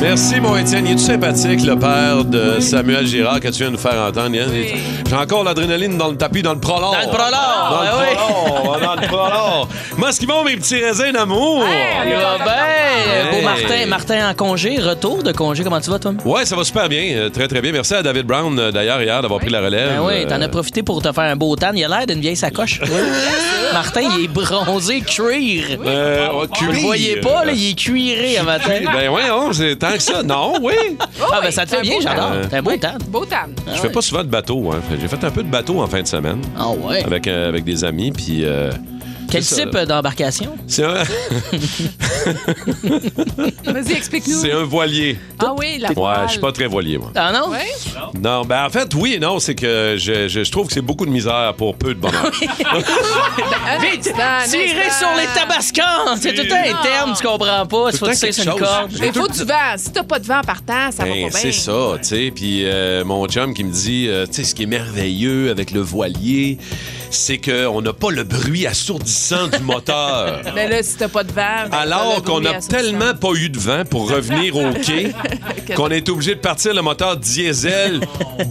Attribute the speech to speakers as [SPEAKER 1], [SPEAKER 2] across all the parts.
[SPEAKER 1] Merci, mon Étienne. Il est sympathique, le père de Samuel Girard, que tu viens de nous faire entendre. hein? J'ai encore l'adrénaline dans le tapis, dans le prolore.
[SPEAKER 2] Dans le prolore,
[SPEAKER 1] Dans le
[SPEAKER 2] ben
[SPEAKER 1] prolore, dans le prolore. Moi, ce qui vont, mes petits raisins d'amour?
[SPEAKER 2] Il va bien.
[SPEAKER 1] Hey.
[SPEAKER 2] Beau Martin, Martin en congé, retour de congé. Comment tu vas, toi?
[SPEAKER 1] Ouais, ça va super bien. Euh, très, très bien. Merci à David Brown, euh, d'ailleurs, hier, d'avoir pris la relève.
[SPEAKER 2] Ben oui, t'en
[SPEAKER 1] Euh,
[SPEAKER 2] as profité pour te faire un beau tan. Il a l'air d'une vieille sacoche. Martin, il est bronzé cuir.
[SPEAKER 1] euh, ouais,
[SPEAKER 2] Vous le
[SPEAKER 1] cuir.
[SPEAKER 2] voyez pas, là, il est cuiré à matin.
[SPEAKER 1] Ben oui, non, c'est tant que ça. Non, oui.
[SPEAKER 2] Ah, ben ça te fait bien, j'adore.
[SPEAKER 1] tan.
[SPEAKER 2] T'as un beau tan.
[SPEAKER 3] Oh, Beau tam.
[SPEAKER 1] Je fais pas souvent de bateau. hein. J'ai fait un peu de bateau en fin de semaine
[SPEAKER 2] Ah ouais.
[SPEAKER 1] avec, euh, avec des amis. Puis, euh,
[SPEAKER 2] Quel
[SPEAKER 1] c'est ça,
[SPEAKER 2] type euh,
[SPEAKER 1] là.
[SPEAKER 3] euh,
[SPEAKER 2] d'embarcation?
[SPEAKER 1] C'est un,
[SPEAKER 3] Vas-y, explique-nous.
[SPEAKER 1] c'est un voilier.
[SPEAKER 3] Ah oui, la
[SPEAKER 1] Ouais,
[SPEAKER 3] voile.
[SPEAKER 1] je suis pas très voilier, moi.
[SPEAKER 2] Ah non?
[SPEAKER 3] Ouais?
[SPEAKER 1] Non, ben en fait, oui et non, c'est que je, je- je trouve que c'est beaucoup de misère pour peu de
[SPEAKER 3] Ah
[SPEAKER 1] bonheur.
[SPEAKER 3] Un instant, un
[SPEAKER 2] Tirer
[SPEAKER 3] instant.
[SPEAKER 2] sur les tabascans! Ah, C'est tout un
[SPEAKER 3] Non.
[SPEAKER 2] terme, tu comprends pas. Il faut
[SPEAKER 1] Tout le temps
[SPEAKER 2] tirer sur une
[SPEAKER 1] quelque chose.
[SPEAKER 2] corde.
[SPEAKER 3] Mais faut du vent. Si t'as pas de vent partant, ça
[SPEAKER 1] Ben,
[SPEAKER 3] va pas bien.
[SPEAKER 1] c'est ça, tu sais. Puis euh, mon chum qui me dit, euh, tu sais, ce qui est merveilleux avec le voilier, c'est qu'on n'a pas le bruit assourdissant du moteur.
[SPEAKER 3] Mais là, si t'as pas de vent. ben, t'as
[SPEAKER 1] Alors
[SPEAKER 3] le
[SPEAKER 1] qu'on
[SPEAKER 3] bruit
[SPEAKER 1] n'a
[SPEAKER 3] à ça.
[SPEAKER 1] tellement pas eu de vent pour revenir au quai qu'on est obligé de partir le moteur diesel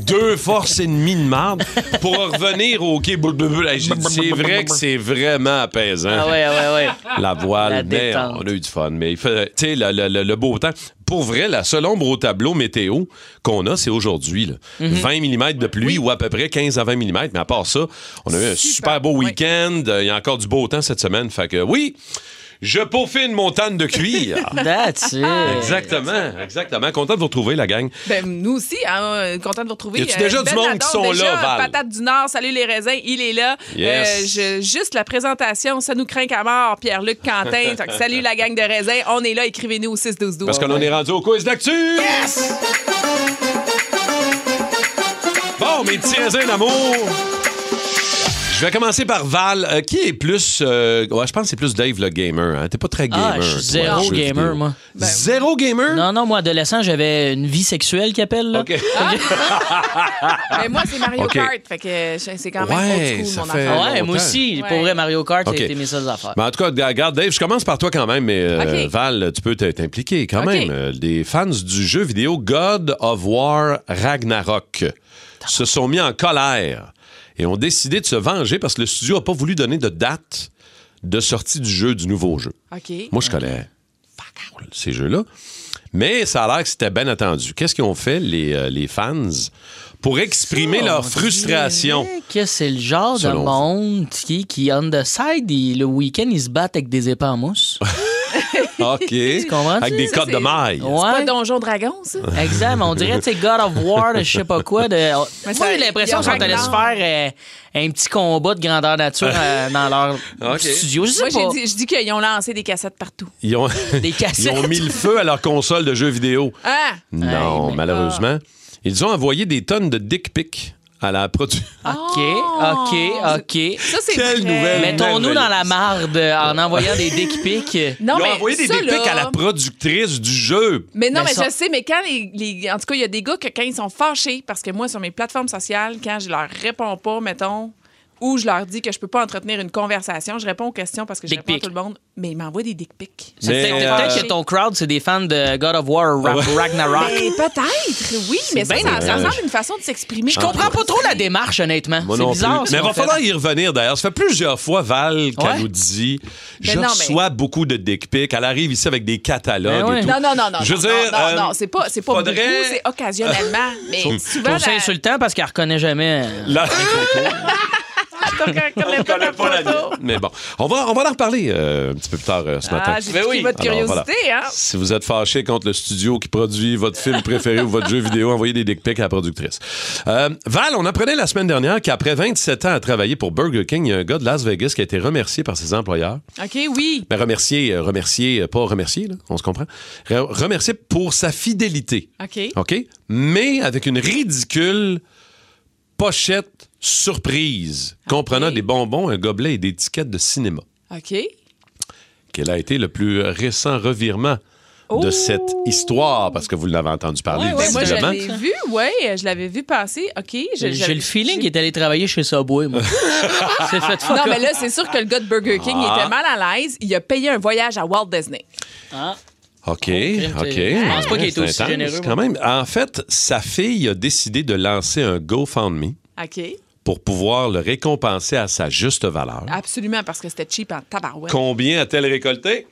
[SPEAKER 1] deux forces et demie de marde pour revenir au quai. Boul, boul, boul. Hey, j'ai dit, C'est vrai que c'est vraiment apaisant.
[SPEAKER 2] Ah ouais, ah ouais, ouais.
[SPEAKER 1] La voile,
[SPEAKER 2] La
[SPEAKER 1] mais
[SPEAKER 2] détente.
[SPEAKER 1] on a eu du fun. Mais il fait, tu sais, le, le- le- le beau temps. Pour vrai, la seule ombre au tableau météo qu'on a, c'est aujourd'hui. là.
[SPEAKER 2] Mhm.
[SPEAKER 1] 20 mm de pluie ou à peu près 15 à 20 mm. Mais à part ça, on a eu un super,
[SPEAKER 3] Super,
[SPEAKER 1] beau
[SPEAKER 3] oui.
[SPEAKER 1] week-end. Euh, Il y a encore du beau temps cette semaine. Fait que oui, je peaufine mon tanne de cuir.
[SPEAKER 2] That's it.
[SPEAKER 1] exactement, exactement. Content de vous retrouver, la gang.
[SPEAKER 3] Ben, nous aussi, hein, content de vous retrouver.
[SPEAKER 1] Y a-tu
[SPEAKER 3] Euh,
[SPEAKER 1] déjà du
[SPEAKER 3] Ben
[SPEAKER 1] monde
[SPEAKER 3] Nadon,
[SPEAKER 1] qui sont
[SPEAKER 3] déjà,
[SPEAKER 1] là, Val?
[SPEAKER 3] Patate du Nord, salut les raisins, il est là.
[SPEAKER 1] Yes.
[SPEAKER 3] Euh, je- juste la présentation, ça nous craint qu'à mort, Pierre-Luc Quentin. Fait que salut la gang de raisins, on est là, écrivez-nous au 6-12-12.
[SPEAKER 1] Parce qu'on en est rendu au quiz d'actu. Bon, mes petits raisins d'amour. Je vais commencer par Val. Euh, qui est plus. euh, ouais, je pense que c'est plus Dave le gamer. Hein? T'es pas très gamer.
[SPEAKER 2] Ah, je suis
[SPEAKER 1] toi,
[SPEAKER 2] zéro
[SPEAKER 1] en jeux
[SPEAKER 2] gamer,
[SPEAKER 1] vidéo.
[SPEAKER 2] moi.
[SPEAKER 1] zéro
[SPEAKER 2] Ben,
[SPEAKER 1] gamer?
[SPEAKER 2] Non, non, moi, adolescent, j'avais une vie sexuelle qui appelle. Là. Ah,
[SPEAKER 1] OK. Ah!
[SPEAKER 3] Mais moi, c'est Mario
[SPEAKER 1] OK.
[SPEAKER 3] Kart, fait que euh, c'est quand même
[SPEAKER 1] Ouais,
[SPEAKER 3] old school,
[SPEAKER 1] ça
[SPEAKER 3] mon
[SPEAKER 1] fait-
[SPEAKER 2] Ah
[SPEAKER 3] enfant.
[SPEAKER 2] ouais,
[SPEAKER 1] longtemps.
[SPEAKER 2] moi aussi.
[SPEAKER 3] Ouais.
[SPEAKER 2] Pour vrai, Mario Kart,
[SPEAKER 1] OK.
[SPEAKER 2] c'était mes seules affaires.
[SPEAKER 1] Mais en tout cas, regarde, Dave, je commence par toi quand même, mais euh,
[SPEAKER 3] OK.
[SPEAKER 1] Val, tu peux t'in- t'impliquer quand
[SPEAKER 3] OK.
[SPEAKER 1] même. Euh, Les fans du jeu vidéo God of War Ragnarok se sont mis en colère et ont décidé de se venger parce que le studio n'a pas voulu donner de date de sortie du jeu, du nouveau jeu.
[SPEAKER 3] OK.
[SPEAKER 1] Moi, je connais fuck all ces jeux-là. Mais ça a l'air que c'était bien attendu. Qu'est-ce qu'ils ont fait, les, euh, les fans, pour exprimer
[SPEAKER 2] Oh,
[SPEAKER 1] leur
[SPEAKER 2] on
[SPEAKER 1] frustration?
[SPEAKER 2] dirait que c'est le genre
[SPEAKER 1] Selon
[SPEAKER 2] de
[SPEAKER 1] vous.
[SPEAKER 2] monde qui, qui, on the side, il- le week-end, ils se battent avec des épées en mousse.
[SPEAKER 1] OK.
[SPEAKER 2] comprends-tu?
[SPEAKER 1] Avec des
[SPEAKER 3] Ça,
[SPEAKER 1] codes de
[SPEAKER 3] c'est-
[SPEAKER 1] maille.
[SPEAKER 3] C'est pas
[SPEAKER 2] ouais.
[SPEAKER 3] Donjon Dragon, ça?
[SPEAKER 2] Exact, mais on dirait, tu sais, God of War, de je sais pas quoi. De... Moi,
[SPEAKER 3] ça,
[SPEAKER 2] j'ai l'impression
[SPEAKER 3] il y a
[SPEAKER 2] qu'on allait se
[SPEAKER 3] Ragnar.
[SPEAKER 2] faire euh, un petit combat de grandeur nature euh, dans leur
[SPEAKER 1] OK.
[SPEAKER 2] studio. Je sais
[SPEAKER 3] Moi, j'ai
[SPEAKER 2] pas.
[SPEAKER 3] dit- je dis qu'ils ont lancé des cassettes partout.
[SPEAKER 1] Ils ont,
[SPEAKER 2] Des
[SPEAKER 1] ils
[SPEAKER 2] cassettes.
[SPEAKER 1] ont mis le feu à leur console de jeux vidéo.
[SPEAKER 3] Ah!
[SPEAKER 1] Non,
[SPEAKER 2] mais- ah.
[SPEAKER 1] malheureusement. Ils ont envoyé des tonnes de dick pics à la production.
[SPEAKER 2] OK,
[SPEAKER 3] Oh!
[SPEAKER 2] OK, OK.
[SPEAKER 3] Ça, c'est
[SPEAKER 1] Quelle
[SPEAKER 3] vrai.
[SPEAKER 1] nouvelle.
[SPEAKER 2] Mettons-nous dans la
[SPEAKER 1] merveilleuse.
[SPEAKER 2] marde euh, en envoyant des dick pics.
[SPEAKER 3] Non,
[SPEAKER 1] Ils ont
[SPEAKER 3] mais
[SPEAKER 1] envoyé des
[SPEAKER 3] ça,
[SPEAKER 1] dick pics
[SPEAKER 3] là-
[SPEAKER 1] à la productrice du jeu.
[SPEAKER 3] Mais non,
[SPEAKER 2] Mais
[SPEAKER 3] mais,
[SPEAKER 2] ça-
[SPEAKER 3] je sais, mais quand les, les- En tout cas, il y a des gars que quand ils sont fâchés, parce que moi, sur mes plateformes sociales, quand je leur réponds pas, mettons, ou je leur dis que je peux pas entretenir une conversation, je réponds aux questions parce que je
[SPEAKER 2] Dick
[SPEAKER 3] réponds
[SPEAKER 2] pic.
[SPEAKER 3] à tout le monde, mais ils m'envoient des dick pics.
[SPEAKER 2] C'est
[SPEAKER 1] Mais,
[SPEAKER 2] Peut-être
[SPEAKER 1] euh,
[SPEAKER 2] peut-être que ton crowd, c'est des fans de God of War Ra- Ragnarok.
[SPEAKER 3] Mais peut-être, oui, mais ça,
[SPEAKER 2] bien
[SPEAKER 3] ça,
[SPEAKER 2] dommage.
[SPEAKER 3] ça ressemble à une façon de s'exprimer.
[SPEAKER 2] Je comprends pas trop la démarche, honnêtement.
[SPEAKER 1] Moi
[SPEAKER 2] C'est
[SPEAKER 1] non
[SPEAKER 2] bizarre.
[SPEAKER 1] plus.
[SPEAKER 2] ce
[SPEAKER 1] Mais il
[SPEAKER 2] qu'on
[SPEAKER 1] va
[SPEAKER 2] fait.
[SPEAKER 1] falloir y revenir d'ailleurs. Ça fait plusieurs fois, Val, qu'elle
[SPEAKER 2] Ouais. Ben
[SPEAKER 1] nous dit Je
[SPEAKER 3] Mais non, mais-
[SPEAKER 1] reçois beaucoup de dick pics. Elle arrive ici avec des catalogues.
[SPEAKER 2] Ben ouais.
[SPEAKER 1] et tout.
[SPEAKER 3] Non, non, non, non.
[SPEAKER 1] Je veux
[SPEAKER 3] non,
[SPEAKER 1] dire,
[SPEAKER 3] non,
[SPEAKER 1] euh,
[SPEAKER 3] non, c'est pas, c'est pas
[SPEAKER 1] faudrait-
[SPEAKER 3] beaucoup, c'est
[SPEAKER 1] Hum.
[SPEAKER 3] occasionnellement. Mais souvent,
[SPEAKER 2] Je
[SPEAKER 3] la-
[SPEAKER 2] trouve ça insultant parce qu'elle reconnaît jamais. euh,
[SPEAKER 1] La...
[SPEAKER 3] Donc, on connaît pas la photo.
[SPEAKER 1] Mais bon, on va, on va en reparler euh, un petit peu plus tard euh, ce matin.
[SPEAKER 3] Ah, j'ai piqué votre
[SPEAKER 1] Alors, voilà.
[SPEAKER 3] curiosité, hein?
[SPEAKER 1] Si vous êtes fâché contre le studio qui produit votre film préféré ou votre jeu vidéo, envoyez des dick pics à la productrice. Euh, Val, on apprenait la semaine dernière qu'après 27 ans à travailler pour Burger King, il y a un gars de Las Vegas qui a été remercié par ses employeurs.
[SPEAKER 3] OK, oui.
[SPEAKER 1] Mais remercié, euh, remercié, euh, pas remercié, là, on se comprend. Re- remercié pour sa fidélité.
[SPEAKER 3] OK.
[SPEAKER 1] OK? Mais avec une ridicule pochette surprise comprenant
[SPEAKER 3] Ok.
[SPEAKER 1] des bonbons, un gobelet et des étiquettes de cinéma.
[SPEAKER 3] OK.
[SPEAKER 1] Quel a été le plus récent revirement
[SPEAKER 3] Oh!
[SPEAKER 1] de cette histoire? Parce que vous l'avez entendu parler,
[SPEAKER 2] Ouais, ouais,
[SPEAKER 3] Ben, moi, je
[SPEAKER 1] visiblement.
[SPEAKER 3] l'avais vu, ouais, je l'avais vu passer. OK. je- je- Ben,
[SPEAKER 2] J'ai le feeling qu'il est allé travailler chez Subway, moi. C'est fait fuck
[SPEAKER 3] Non,
[SPEAKER 2] off.
[SPEAKER 3] mais là, c'est sûr que le gars de Burger King,
[SPEAKER 1] Ah.
[SPEAKER 3] il était mal à l'aise. Il a payé un voyage à Walt Disney.
[SPEAKER 2] Ah.
[SPEAKER 1] OK,
[SPEAKER 2] crime,
[SPEAKER 1] OK.
[SPEAKER 2] c'est- Je pense pas qu'il
[SPEAKER 1] Ouais,
[SPEAKER 2] était
[SPEAKER 1] c'est
[SPEAKER 2] aussi
[SPEAKER 1] intense,
[SPEAKER 2] généreux,
[SPEAKER 1] Quand même. En fait, sa fille a décidé de lancer un GoFundMe
[SPEAKER 3] OK.
[SPEAKER 1] pour pouvoir le récompenser à sa juste valeur.
[SPEAKER 3] Absolument, parce que c'était cheap en tabarouette.
[SPEAKER 1] Combien a-t-elle récolté?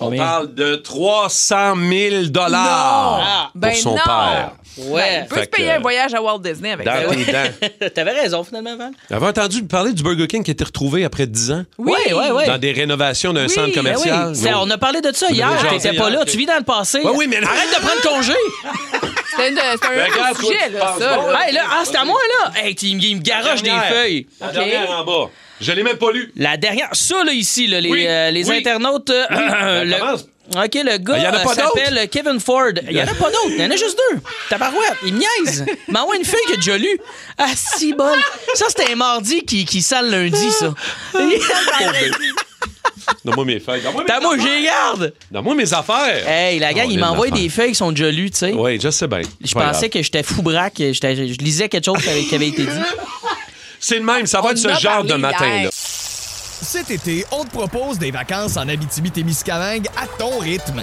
[SPEAKER 1] On
[SPEAKER 2] Combien?
[SPEAKER 1] parle de 300 000
[SPEAKER 2] Ah,
[SPEAKER 1] dollars Ah. pour
[SPEAKER 3] Ben
[SPEAKER 1] son
[SPEAKER 3] non!
[SPEAKER 1] père.
[SPEAKER 3] Ben,
[SPEAKER 2] Ouais.
[SPEAKER 3] il peut
[SPEAKER 1] Fait
[SPEAKER 3] se payer
[SPEAKER 1] que-
[SPEAKER 3] un voyage à Walt Disney avec ça.
[SPEAKER 1] Dans tes dents.
[SPEAKER 2] T'avais raison, finalement, Val.
[SPEAKER 1] T'avais entendu parler du Burger King qui a été retrouvé après 10 ans
[SPEAKER 3] Oui,
[SPEAKER 2] Ouais, ouais, ouais.
[SPEAKER 1] dans des rénovations d'un
[SPEAKER 3] Oui,
[SPEAKER 1] centre
[SPEAKER 2] Ben oui,
[SPEAKER 1] commercial?
[SPEAKER 2] c'est- on a parlé de ça
[SPEAKER 1] l'avez
[SPEAKER 2] hier.
[SPEAKER 1] jasé
[SPEAKER 2] T'étais pas
[SPEAKER 1] hier,
[SPEAKER 2] là.
[SPEAKER 1] ok.
[SPEAKER 2] Tu vis dans le passé.
[SPEAKER 1] Ouais, oui, mais là- Ben,
[SPEAKER 2] Arrête de prendre congé.
[SPEAKER 3] C'était une- c'était un
[SPEAKER 1] regarde,
[SPEAKER 3] autre
[SPEAKER 1] toi,
[SPEAKER 3] sujet,
[SPEAKER 1] tu
[SPEAKER 3] là,
[SPEAKER 1] penses
[SPEAKER 3] ça.
[SPEAKER 1] pas,
[SPEAKER 2] Hey, là, ah, c'est à moi, là. Hey, tu- il me- il me garoche des
[SPEAKER 1] Dernière.
[SPEAKER 2] feuilles.
[SPEAKER 1] La
[SPEAKER 3] OK.
[SPEAKER 1] dernière en bas. Je l'ai même pas lu.
[SPEAKER 2] La dernière, ça, là, ici, là, les,
[SPEAKER 1] Oui,
[SPEAKER 2] euh, les
[SPEAKER 1] oui. ben,
[SPEAKER 2] internautes. euh, le-
[SPEAKER 1] commence.
[SPEAKER 2] OK, le gars
[SPEAKER 1] Il y en a
[SPEAKER 2] euh,
[SPEAKER 1] pas d'autres.
[SPEAKER 2] s'appelle Kevin Ford. Il n'y en a pas d'autres. Il y en a juste deux. Tabarouette, il me niaise. Il M'envoie une fille qui a déjà lu. Ah, si bon. Ça, c'était un mardi qui, qui sale lundi, ça.
[SPEAKER 1] Donne-moi mes feuilles. Donne-moi mes
[SPEAKER 2] T'as moi, je les garde.
[SPEAKER 1] Donne-moi mes affaires.
[SPEAKER 2] Hey, la gang,
[SPEAKER 1] Oh,
[SPEAKER 2] il
[SPEAKER 1] les
[SPEAKER 2] m'envoie
[SPEAKER 1] affaires.
[SPEAKER 2] des feuilles qui sont déjà lues, tu sais.
[SPEAKER 1] Oui, je sais bien.
[SPEAKER 2] Je pensais que j'étais fou braque. j'étais- Je lisais quelque chose qui avait, qui avait été dit.
[SPEAKER 1] C'est le même, ça va être
[SPEAKER 3] en
[SPEAKER 1] ce
[SPEAKER 3] a
[SPEAKER 1] genre de
[SPEAKER 3] parlé
[SPEAKER 1] matin-là.
[SPEAKER 3] hier.
[SPEAKER 4] Cet été, on te propose des vacances en Abitibi-Témiscamingue à ton rythme.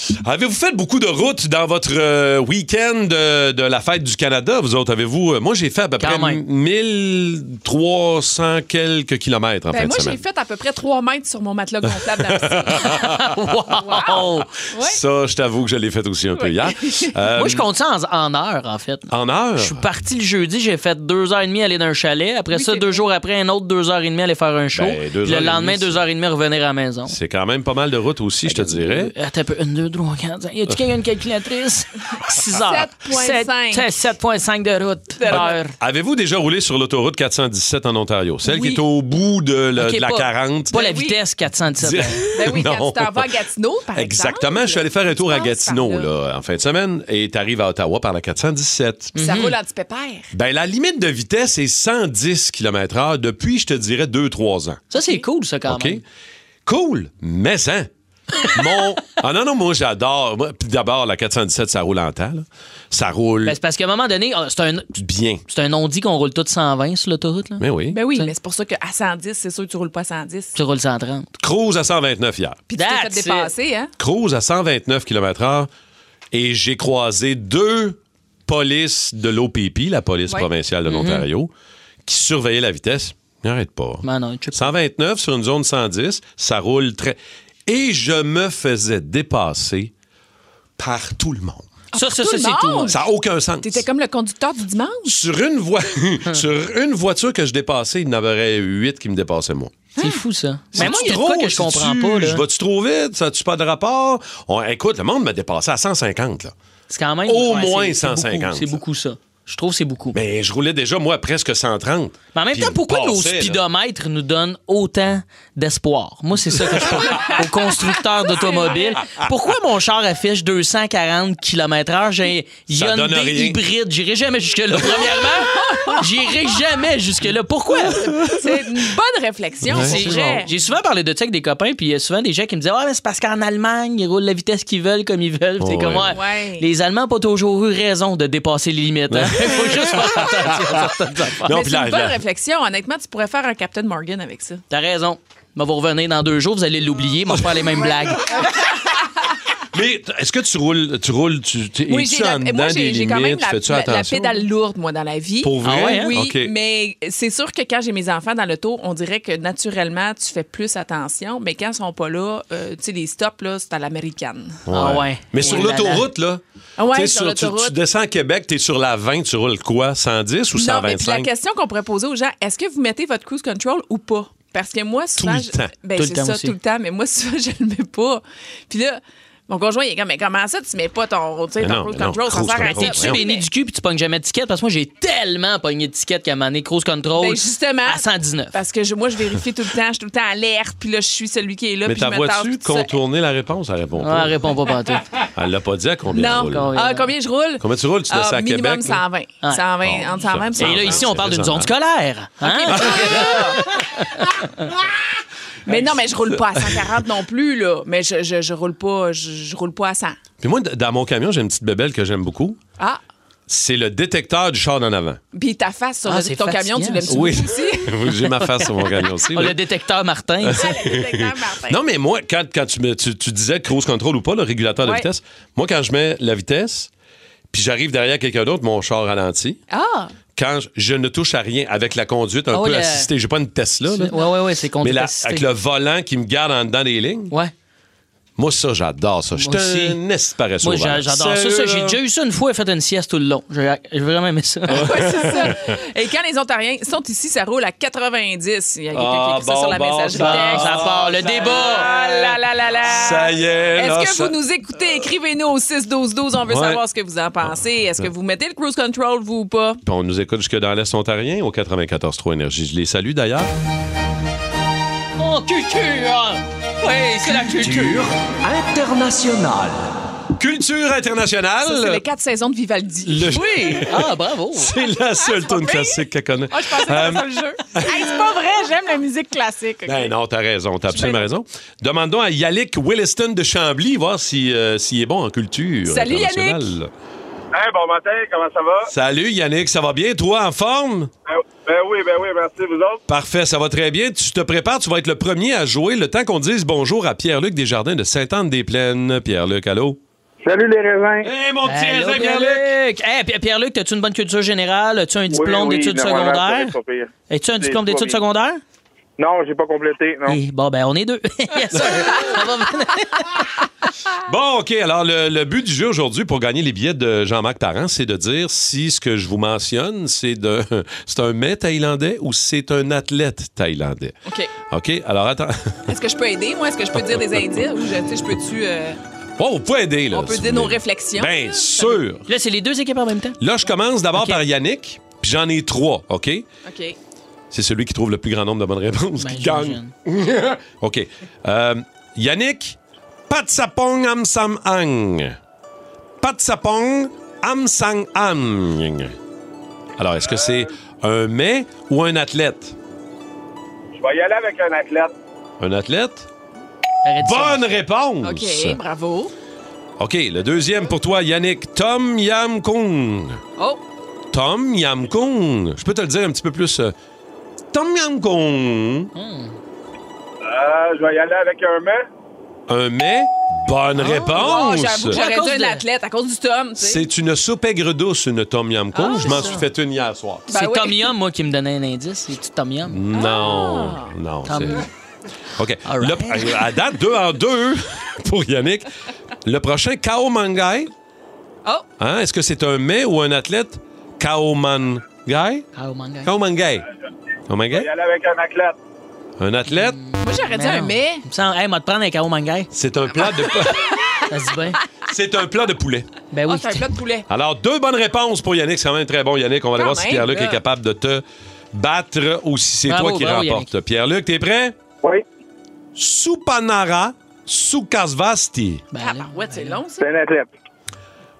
[SPEAKER 1] Avez-vous fait beaucoup de routes dans votre euh, week-end euh, de la fête du Canada, vous autres? Avez-vous. euh, moi, j'ai fait à peu
[SPEAKER 2] Quand
[SPEAKER 1] près
[SPEAKER 2] même.
[SPEAKER 1] 1300 quelques kilomètres en
[SPEAKER 3] Ben,
[SPEAKER 1] fin
[SPEAKER 3] moi,
[SPEAKER 1] de
[SPEAKER 3] j'ai
[SPEAKER 1] semaine.
[SPEAKER 3] fait à peu près 3 mètres sur mon matelas gonflable dans la piscine.
[SPEAKER 2] Wow!
[SPEAKER 3] Ouais.
[SPEAKER 1] Ça, je t'avoue que je l'ai fait aussi un peu hier. Euh,
[SPEAKER 2] Moi, je compte ça en, en heures, en fait.
[SPEAKER 1] En heure?
[SPEAKER 2] Je suis parti le jeudi, j'ai fait deux heures et demie aller dans un chalet. Après
[SPEAKER 3] Oui,
[SPEAKER 2] ça,
[SPEAKER 3] c'est
[SPEAKER 2] deux
[SPEAKER 3] vrai.
[SPEAKER 2] jours après, un autre deux heures et demie aller faire un show.
[SPEAKER 1] Ben, deux
[SPEAKER 2] Puis le
[SPEAKER 1] heures et
[SPEAKER 2] lendemain,
[SPEAKER 1] demie,
[SPEAKER 2] deux
[SPEAKER 1] c'est-
[SPEAKER 2] heures et demie revenir à la maison. Euh,
[SPEAKER 1] C'est quand même pas mal de routes aussi,
[SPEAKER 2] Ben,
[SPEAKER 1] je te dirais.
[SPEAKER 2] Attends un peu. Une, deux, trois, quatre. cinq. Y a-tu quelqu'un une calculatrice? 6 heures.
[SPEAKER 3] 7,5.
[SPEAKER 2] Sept- sept- 7,5 de route. euh, Heure.
[SPEAKER 1] Ah, Avez-vous déjà roulé sur l'autoroute 417 en Ontario? Celle
[SPEAKER 2] Oui.
[SPEAKER 1] qui est au bout de, la-
[SPEAKER 2] Ok,
[SPEAKER 1] Euh, de la
[SPEAKER 2] pas-
[SPEAKER 1] 40?
[SPEAKER 2] Pas la
[SPEAKER 3] Ben oui.
[SPEAKER 2] vitesse 417.
[SPEAKER 3] Ben oui,
[SPEAKER 1] Non.
[SPEAKER 3] quand tu t'en vas à Gatineau, par exemple.
[SPEAKER 1] Exactement. Je suis allé faire un tour à
[SPEAKER 3] tu passes par
[SPEAKER 1] Gatineau
[SPEAKER 3] là.
[SPEAKER 1] là, en fin de semaine et t'arrives à Ottawa par la 417.
[SPEAKER 3] Puis Ça
[SPEAKER 2] Mhm.
[SPEAKER 3] roule en petit pépère.
[SPEAKER 1] Ben, la limite de vitesse est 110 km/h depuis, je te dirais, 2-3 ans.
[SPEAKER 2] Ça, c'est cool, ça, quand
[SPEAKER 1] OK?
[SPEAKER 2] même.
[SPEAKER 1] Cool, mais hein? Mon... Ah non, non, moi, j'adore. Moi, puis D'abord, la 417, ça roule en temps. là. Ça roule
[SPEAKER 2] Ben, c'est parce qu'à un moment donné, ah, c'est un,
[SPEAKER 1] bien.
[SPEAKER 2] c'est un on-dit qu'on roule tout 120 sur l'autoroute. là.
[SPEAKER 1] Mais oui.
[SPEAKER 3] Ben oui, mais c'est pour ça qu'à 110, c'est sûr que tu roules pas à 110.
[SPEAKER 2] Tu roules 130.
[SPEAKER 1] Cruise à 129 hier.
[SPEAKER 3] Puis tu t'es fait
[SPEAKER 2] That's it.
[SPEAKER 3] dépasser, hein?
[SPEAKER 1] Cruise à 129 km/h et j'ai croisé deux polices de l'OPP, la police
[SPEAKER 3] Ouais.
[SPEAKER 1] provinciale de
[SPEAKER 2] Mm-hmm.
[SPEAKER 1] l'Ontario, qui surveillaient la vitesse. N'arrête pas.
[SPEAKER 2] Non, Ben non, tu-
[SPEAKER 1] 129 sur une zone 110, ça roule très. Et je me faisais dépasser par tout le monde.
[SPEAKER 2] Ça, ça,
[SPEAKER 3] Ah, tout
[SPEAKER 2] ça,
[SPEAKER 3] le
[SPEAKER 2] c'est tout.
[SPEAKER 3] monde?
[SPEAKER 1] Ça n'a aucun sens.
[SPEAKER 3] T'étais comme le conducteur du dimanche.
[SPEAKER 1] Sur une, voi- sur une voiture que je dépassais, il y en avait huit qui me dépassaient moi.
[SPEAKER 2] C'est fou, ça. Mais moi, il y a de
[SPEAKER 1] trop,
[SPEAKER 2] quoi que je comprends pas.
[SPEAKER 1] Je
[SPEAKER 2] là.
[SPEAKER 1] vas-tu trop vite? Ça tu pas de rapport? On- écoute, le monde m'a dépassé à 150. Là.
[SPEAKER 2] C'est quand même.
[SPEAKER 1] Au
[SPEAKER 2] ouais,
[SPEAKER 1] moins
[SPEAKER 2] c'est- c'est beaucoup,
[SPEAKER 1] 150.
[SPEAKER 2] C'est beaucoup, ça. Je trouve que c'est beaucoup. Mais,
[SPEAKER 1] Mais je roulais déjà, moi, presque 130.
[SPEAKER 2] en même
[SPEAKER 1] Puis
[SPEAKER 2] temps,
[SPEAKER 1] il
[SPEAKER 2] pourquoi nos
[SPEAKER 1] passait, là.
[SPEAKER 2] speedomètres nous donnent autant d'espoir? Moi, c'est ça que je pense aux constructeurs d'automobiles. Pourquoi mon char affiche 240 km/h? J'ai un
[SPEAKER 1] Ça donne
[SPEAKER 2] Hyundai
[SPEAKER 1] rien.
[SPEAKER 2] hybride. J'irai jamais jusque-là. Premièrement, j'irai jamais jusque-là. Pourquoi?
[SPEAKER 3] Ah! C'est une bonne réflexion,
[SPEAKER 1] Ouais.
[SPEAKER 3] c'est
[SPEAKER 2] C'est-
[SPEAKER 3] vrai.
[SPEAKER 2] J'ai souvent parlé de ça avec des copains, puis il y a souvent des gens qui me disaient Ah, mais c'est parce qu'en Allemagne, ils roulent la vitesse qu'ils veulent comme ils veulent. C'est
[SPEAKER 1] Ouais.
[SPEAKER 2] comme ouais,
[SPEAKER 3] Ouais.
[SPEAKER 2] Les Allemands n'ont pas toujours eu raison de dépasser les limites. hein. faut juste faire attention à certaines affaires.
[SPEAKER 1] Non,
[SPEAKER 3] Mais
[SPEAKER 1] puis
[SPEAKER 3] c'est
[SPEAKER 1] la-
[SPEAKER 3] une bonne
[SPEAKER 1] la-
[SPEAKER 3] réflexion. Honnêtement, tu pourrais faire un Captain Morgan avec ça.
[SPEAKER 2] T'as raison. Mais vous revenez dans deux jours, vous allez l'oublier, moi je faire les mêmes blagues.
[SPEAKER 1] Mais t- est-ce que tu roules, tu roules, tu tu-
[SPEAKER 3] Oui,
[SPEAKER 1] es-tu
[SPEAKER 3] j'ai la-
[SPEAKER 1] en dedans
[SPEAKER 3] moi,
[SPEAKER 1] des
[SPEAKER 3] j'ai j'ai
[SPEAKER 1] limites,
[SPEAKER 3] quand même la,
[SPEAKER 1] fais-tu
[SPEAKER 3] la- la
[SPEAKER 1] attention?
[SPEAKER 3] pédale lourde, moi, dans la vie.
[SPEAKER 1] Pour vrai?
[SPEAKER 2] Ah ouais, hein?
[SPEAKER 3] Oui,
[SPEAKER 1] OK.
[SPEAKER 3] mais c'est sûr que quand j'ai mes enfants dans l'auto, on dirait que naturellement, tu fais plus attention. Mais quand ils sont pas là, euh, tu sais, les stops, là, c'est à l'américaine.
[SPEAKER 2] Ah ouais.
[SPEAKER 1] Mais sur
[SPEAKER 2] Oh là là.
[SPEAKER 1] l'autoroute, là,
[SPEAKER 3] Ah ouais,
[SPEAKER 1] t'sais,
[SPEAKER 3] sur
[SPEAKER 1] sur- tu,
[SPEAKER 3] l'autoroute.
[SPEAKER 1] tu descends à Québec, t'es sur la 20, tu roules quoi? 110 ou
[SPEAKER 3] Non, mais puis la
[SPEAKER 1] 125?
[SPEAKER 3] question qu'on pourrait poser aux gens, est-ce que vous mettez votre cruise control ou pas? Parce que moi, souvent.
[SPEAKER 1] le
[SPEAKER 3] je-
[SPEAKER 1] temps.
[SPEAKER 3] Ben,
[SPEAKER 2] Tout le
[SPEAKER 3] c'est
[SPEAKER 2] temps
[SPEAKER 3] ça,
[SPEAKER 2] aussi.
[SPEAKER 3] tout le temps, mais moi, souvent, je le mets pas. Puis là, mon conjoint, il est comme, mais comment ça, tu mets pas ton, tu sais,
[SPEAKER 1] Mais
[SPEAKER 3] ton
[SPEAKER 1] non,
[SPEAKER 3] cruise
[SPEAKER 1] mais non,
[SPEAKER 3] control? Ben, Ça
[SPEAKER 1] cruise
[SPEAKER 3] sert à
[SPEAKER 1] control,
[SPEAKER 3] rien.
[SPEAKER 2] T'es-tu
[SPEAKER 1] voyons.
[SPEAKER 2] béni du cul puis tu pognes jamais d'étiquette? Parce que moi, j'ai tellement pogné d'étiquette qu'à un moment donné, cruise control
[SPEAKER 3] Ben, justement.
[SPEAKER 2] à 119.
[SPEAKER 3] Parce que je- moi, je vérifie tout le temps, je suis tout le temps alerte, puis là, je suis celui qui est là.
[SPEAKER 1] Mais
[SPEAKER 3] puis je
[SPEAKER 1] ta
[SPEAKER 3] me
[SPEAKER 1] voiture,
[SPEAKER 3] tasse, puis ça-
[SPEAKER 1] contourner la réponse, elle répond
[SPEAKER 2] Ah,
[SPEAKER 1] pas.
[SPEAKER 2] réponds pas pantoute.
[SPEAKER 1] Elle l'a pas dit à combien
[SPEAKER 3] Non.
[SPEAKER 1] elle roule.
[SPEAKER 2] Combien?
[SPEAKER 3] Ah, combien je roule?
[SPEAKER 1] Combien tu roules? Tu te laisses
[SPEAKER 3] Ah,
[SPEAKER 1] à
[SPEAKER 3] minimum
[SPEAKER 1] Québec, là?
[SPEAKER 3] 120. 120, entre 120 et
[SPEAKER 1] Et
[SPEAKER 2] Et là,
[SPEAKER 3] 120.
[SPEAKER 2] ici, on
[SPEAKER 1] c'est
[SPEAKER 2] parle d'une zone
[SPEAKER 1] raisonnable.
[SPEAKER 2] scolaire. Hein?
[SPEAKER 3] Mais non, mais je roule pas à 140 non plus, là. Mais je, je, je roule pas, je, je roule pas à 100.
[SPEAKER 1] Puis moi, d- dans mon camion, j'ai une petite bébelle que j'aime beaucoup.
[SPEAKER 3] Ah,
[SPEAKER 1] C'est le détecteur du char d'en avant.
[SPEAKER 3] puis ta face sur
[SPEAKER 2] Ah,
[SPEAKER 3] le-
[SPEAKER 2] c'est
[SPEAKER 3] ton
[SPEAKER 2] fatigant,
[SPEAKER 3] camion, tu l'aimes-tu
[SPEAKER 1] Oui.
[SPEAKER 3] aussi?
[SPEAKER 1] j'ai ma face sur mon camion aussi.
[SPEAKER 2] On
[SPEAKER 1] oui.
[SPEAKER 2] a le détecteur Martin. ici.
[SPEAKER 1] Non, mais moi, quand, quand tu, me, tu, tu disais cruise control ou pas, le régulateur de
[SPEAKER 3] Ouais.
[SPEAKER 1] vitesse, moi, quand je mets la vitesse, puis j'arrive derrière quelqu'un d'autre, mon char ralentit.
[SPEAKER 3] Ah,
[SPEAKER 1] Quand je, je ne touche à rien avec la conduite un
[SPEAKER 2] Ah
[SPEAKER 1] peu
[SPEAKER 2] oui, le-
[SPEAKER 1] assistée, j'ai pas une Tesla, là,
[SPEAKER 2] Ouais, ouais, ouais, c'est
[SPEAKER 1] mais
[SPEAKER 2] conduite
[SPEAKER 1] la-
[SPEAKER 2] assistée.
[SPEAKER 1] avec le volant qui me garde en dedans des lignes,
[SPEAKER 2] Ouais.
[SPEAKER 1] moi, ça, j'adore ça. Je
[SPEAKER 2] Moi
[SPEAKER 1] suis
[SPEAKER 2] aussi.
[SPEAKER 1] un esti paresseux
[SPEAKER 2] Moi,
[SPEAKER 1] au volant.
[SPEAKER 2] j'a- j'adore ça. ça.
[SPEAKER 1] Sérieux,
[SPEAKER 2] J'ai
[SPEAKER 1] là?
[SPEAKER 2] déjà eu ça une fois et fait une sieste tout le long. J'ai j'ai vraiment aimé ça.
[SPEAKER 3] ouais, c'est ça. Et quand les Ontariens sont ici, ça roule à 90. Il y a quelqu'un
[SPEAKER 1] Ah,
[SPEAKER 3] qui écrit ça
[SPEAKER 1] bon,
[SPEAKER 3] sur la
[SPEAKER 1] bon,
[SPEAKER 3] messagerie
[SPEAKER 1] bon.
[SPEAKER 2] Ah,
[SPEAKER 3] texte.
[SPEAKER 2] ça part le
[SPEAKER 3] Ah
[SPEAKER 2] débat.
[SPEAKER 3] là là là là.
[SPEAKER 1] Ça y est,
[SPEAKER 3] Est-ce
[SPEAKER 1] là,
[SPEAKER 3] que
[SPEAKER 1] ça-
[SPEAKER 3] vous nous écoutez? Écrivez-nous au 6-12-12. On veut
[SPEAKER 1] Ouais.
[SPEAKER 3] savoir ce que vous en pensez. Est-ce que vous mettez le cruise control, vous ou pas?
[SPEAKER 1] Puis on nous écoute jusque dans l'Est ontarien au 94.3 Énergie. Je les salue d'ailleurs.
[SPEAKER 2] Mon hein. culture. Oui, c'est la culture.
[SPEAKER 1] Culture internationale.
[SPEAKER 3] Ça, c'est les quatre saisons de Vivaldi.
[SPEAKER 1] Le-
[SPEAKER 2] Oui. Ah, bravo.
[SPEAKER 1] C'est la seule
[SPEAKER 3] pas
[SPEAKER 1] tune
[SPEAKER 3] pire.
[SPEAKER 1] classique qu'elle connaît.
[SPEAKER 3] Ah, je pensais que
[SPEAKER 1] Euh,
[SPEAKER 3] c'était ça le jeu. Hey, c'est pas vrai, j'aime la musique classique. ok?
[SPEAKER 1] Ben non, t'as raison, t'as absolument raison. Demandons à Yannick Williston de Chambly, voir si, euh, s'il est bon en culture.
[SPEAKER 3] Salut,
[SPEAKER 1] internationale.
[SPEAKER 5] Hey, bon matin, comment ça va?
[SPEAKER 1] Salut Yannick, ça va bien? Toi, en forme?
[SPEAKER 5] Ben, ben oui, ben oui, merci, vous autres.
[SPEAKER 1] Parfait, ça va très bien. Tu te prépares, tu vas être le premier à jouer le temps qu'on dise bonjour à Pierre-Luc Desjardins de Sainte-Anne-des-Plaines. Pierre-Luc, allô?
[SPEAKER 5] Salut les raisins.
[SPEAKER 1] Hey, mon
[SPEAKER 2] Allô, Pierre-Luc. Hey, Pierre- Pierre-Luc, as-tu une bonne culture générale? As-tu un diplôme
[SPEAKER 5] Oui, ben oui,
[SPEAKER 2] d'études
[SPEAKER 5] le moment
[SPEAKER 2] secondaires?
[SPEAKER 5] d'être, pas pire.
[SPEAKER 2] As-tu un
[SPEAKER 5] C'est
[SPEAKER 2] diplôme
[SPEAKER 5] pas
[SPEAKER 2] d'études
[SPEAKER 5] pire.
[SPEAKER 2] secondaires?
[SPEAKER 5] Non, j'ai pas complété, non.
[SPEAKER 2] Eh, bon, ben, on est deux. Yes, sir. Ça va bien.
[SPEAKER 1] Bon, OK. Alors, le, le but du jeu aujourd'hui pour gagner les billets de Jean-Marc Parent, c'est de dire si ce que je vous mentionne, c'est de c'est un mets thaïlandais ou c'est un athlète thaïlandais.
[SPEAKER 3] OK.
[SPEAKER 1] OK? Alors, attends.
[SPEAKER 3] Est-ce que je peux aider, moi? Est-ce que je peux dire des indices? Ou je, tu sais, je peux-tu. euh,
[SPEAKER 1] Oh, vous pouvez aider, là.
[SPEAKER 3] on peut
[SPEAKER 1] si
[SPEAKER 3] dire
[SPEAKER 1] vous
[SPEAKER 3] nos
[SPEAKER 1] voulez.
[SPEAKER 3] réflexions?
[SPEAKER 1] Bien sûr.
[SPEAKER 2] Là, c'est les deux équipes en même temps.
[SPEAKER 1] Là, je commence d'abord
[SPEAKER 2] OK.
[SPEAKER 1] par Yannick, puis j'en ai trois, OK?
[SPEAKER 3] OK. Ben
[SPEAKER 1] C'est celui qui trouve le plus grand nombre de bonnes réponses
[SPEAKER 2] Ben,
[SPEAKER 1] qui gagne.
[SPEAKER 2] j'imagine.
[SPEAKER 1] OK. Euh, Yannick, Patsapong Amsam Ang. Patsapong Amsang Ang. Alors, est-ce que c'est un mets ou un athlète?
[SPEAKER 5] Je vais y aller avec un athlète.
[SPEAKER 1] Un athlète?
[SPEAKER 2] Arrête ça.
[SPEAKER 1] Bonne réponse!
[SPEAKER 3] OK, bravo.
[SPEAKER 1] OK, le deuxième pour toi, Yannick. Tom Yam Kung.
[SPEAKER 3] Oh,
[SPEAKER 1] Tom Yam Kung. Je peux te le dire un petit peu plus. euh, Tom Yam Kung.
[SPEAKER 5] Euh, je vais y aller avec un mets.
[SPEAKER 1] Un mets? Euh, Bonne
[SPEAKER 3] Oh,
[SPEAKER 1] réponse!
[SPEAKER 3] j'avoue que
[SPEAKER 2] À cause
[SPEAKER 3] j'aurais
[SPEAKER 2] de-
[SPEAKER 3] dû un athlète à cause du tome, tu sais.
[SPEAKER 1] C'est une soupe aigre douce, une Tom Yam Kung.
[SPEAKER 2] Ah,
[SPEAKER 1] je m'en
[SPEAKER 2] c'est ça. Ah.
[SPEAKER 1] suis fait une hier soir.
[SPEAKER 3] Ben
[SPEAKER 2] c'est
[SPEAKER 3] oui.
[SPEAKER 2] Tom Yum, moi, qui me donnait un indice. C'est Tom Yum.
[SPEAKER 1] Non,
[SPEAKER 3] Ah.
[SPEAKER 1] non.
[SPEAKER 2] Tom.
[SPEAKER 1] c'est- OK.
[SPEAKER 2] All right.
[SPEAKER 1] Le- euh, à date, deux en deux pour Yannick. Le prochain, Kao Mangai.
[SPEAKER 3] Oh,
[SPEAKER 1] Hein, Est-ce que c'est un mets ou un athlète? Kao Mangai?
[SPEAKER 2] Ah, oh, manga.
[SPEAKER 1] Kao Mangai. Kao
[SPEAKER 5] Je vais y
[SPEAKER 1] Mangai?
[SPEAKER 5] aller avec un athlète.
[SPEAKER 1] Un athlète,
[SPEAKER 3] moi, j'aurais dit un
[SPEAKER 2] Non.
[SPEAKER 3] mais.
[SPEAKER 2] Il me semble, hey, m'a te prendre un KO mangai.
[SPEAKER 1] c'est un plat de
[SPEAKER 2] Ça se dit bien.
[SPEAKER 1] c'est un plat de poulet.
[SPEAKER 2] Ben
[SPEAKER 3] Oh,
[SPEAKER 2] oui.
[SPEAKER 3] c'est un plat de poulet.
[SPEAKER 1] Alors, deux bonnes réponses pour Yannick. C'est quand même très bon, Yannick. On va aller
[SPEAKER 3] Quand
[SPEAKER 1] voir si
[SPEAKER 3] même,
[SPEAKER 1] Pierre-Luc
[SPEAKER 3] là.
[SPEAKER 1] est capable de te battre ou si c'est
[SPEAKER 2] Bravo,
[SPEAKER 1] toi qui
[SPEAKER 2] bravo,
[SPEAKER 1] remporte. Pierre-Luc, t'es prêt?
[SPEAKER 5] Oui,
[SPEAKER 1] Supanara Sukasvasti.
[SPEAKER 2] Ben là,
[SPEAKER 3] Ah, ouais, c'est long, ça.
[SPEAKER 5] c'est un athlète.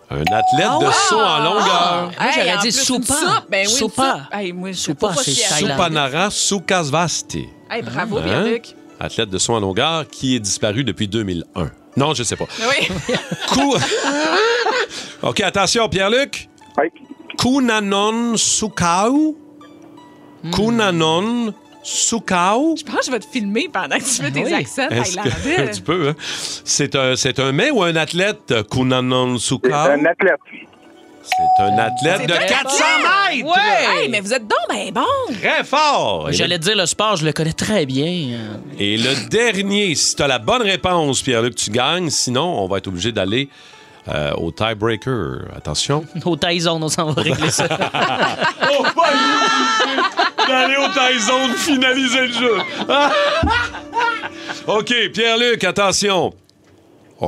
[SPEAKER 1] Un athlète
[SPEAKER 3] Ah
[SPEAKER 1] de saut en longueur. Ah,
[SPEAKER 2] Moi, j'aurais
[SPEAKER 3] en
[SPEAKER 2] dit
[SPEAKER 3] plus, une
[SPEAKER 2] soupa.
[SPEAKER 3] soupe. Ben oui, une
[SPEAKER 2] Soupa.
[SPEAKER 3] soupe. Hey, moi, je suis
[SPEAKER 2] Soupa,
[SPEAKER 3] Ah, pas
[SPEAKER 2] c'est
[SPEAKER 3] fière.
[SPEAKER 2] Thaïlande.
[SPEAKER 1] Supanara Sukasvasti.
[SPEAKER 3] Hey, bravo,
[SPEAKER 1] Hein?
[SPEAKER 3] Pierre-Luc.
[SPEAKER 1] Athlète de saut en longueur qui est disparu depuis 2001. Non, je sais pas.
[SPEAKER 3] Oui.
[SPEAKER 1] Cou- OK, attention, Pierre-Luc.
[SPEAKER 5] Oui.
[SPEAKER 3] Hmm.
[SPEAKER 1] Kunanon Sukau. Kunanon Sukao.
[SPEAKER 3] Je pense que je vais te filmer pendant que tu fais tes
[SPEAKER 2] Oui.
[SPEAKER 3] accents
[SPEAKER 1] Est-ce que-
[SPEAKER 3] thaïlandais.
[SPEAKER 1] tu peux, hein? C'est un, c'est un mets ou un athlète, euh, Kunanon
[SPEAKER 5] C'est
[SPEAKER 1] Sukao?
[SPEAKER 5] un athlète.
[SPEAKER 1] C'est un athlète
[SPEAKER 3] C'est
[SPEAKER 1] de
[SPEAKER 3] un
[SPEAKER 1] 400
[SPEAKER 3] athlète!
[SPEAKER 1] mètres!
[SPEAKER 3] Hey, mais vous êtes donc ben bon!
[SPEAKER 1] Très fort! Et le,
[SPEAKER 2] J'allais te dire le sport, je le connais très bien. hein.
[SPEAKER 1] et le dernier, si tu as la bonne réponse, Pierre-Luc, tu gagnes. Sinon, on va être obligé d'aller euh, au tiebreaker. Attention.
[SPEAKER 2] Au Tyson, on s'en va régler ça.
[SPEAKER 1] On va d'aller au Tyson de finaliser le jeu. OK, Pierre-Luc, attention.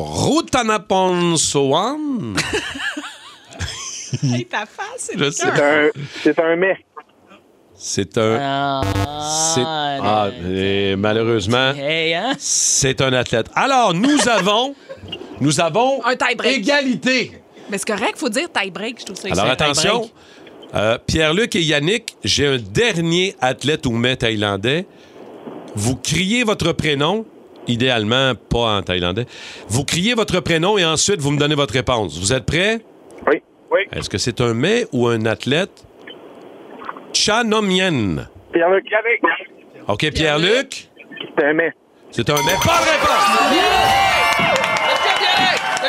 [SPEAKER 1] Rutanapon Soan.
[SPEAKER 3] Hey, ta face, c'est
[SPEAKER 1] Je
[SPEAKER 3] le
[SPEAKER 1] sais.
[SPEAKER 3] cœur.
[SPEAKER 5] C'est un, c'est un mec.
[SPEAKER 1] C'est un.
[SPEAKER 2] Ah,
[SPEAKER 1] c'est- ah, et malheureusement,
[SPEAKER 2] hey, hein?
[SPEAKER 1] c'est un athlète. Alors, nous avons. Nous avons.
[SPEAKER 3] Un tie-break.
[SPEAKER 1] Égalité.
[SPEAKER 3] Mais c'est correct, faut dire tie-break, je trouve ça
[SPEAKER 1] Alors,
[SPEAKER 3] excellent.
[SPEAKER 1] attention. Euh, Pierre-Luc et Yannick, j'ai un dernier athlète ou mets thaïlandais. Vous criez votre prénom, idéalement pas en thaïlandais. Vous criez votre prénom et ensuite vous me donnez votre réponse. Vous êtes prêts?
[SPEAKER 5] Oui. Oui.
[SPEAKER 1] Est-ce que c'est un mets ou un athlète? Chanomien.
[SPEAKER 5] Pierre-Luc Yannick.
[SPEAKER 1] OK, Pierre-Luc,
[SPEAKER 5] C'est un mec.
[SPEAKER 1] c'est un mets. Pas de réponse!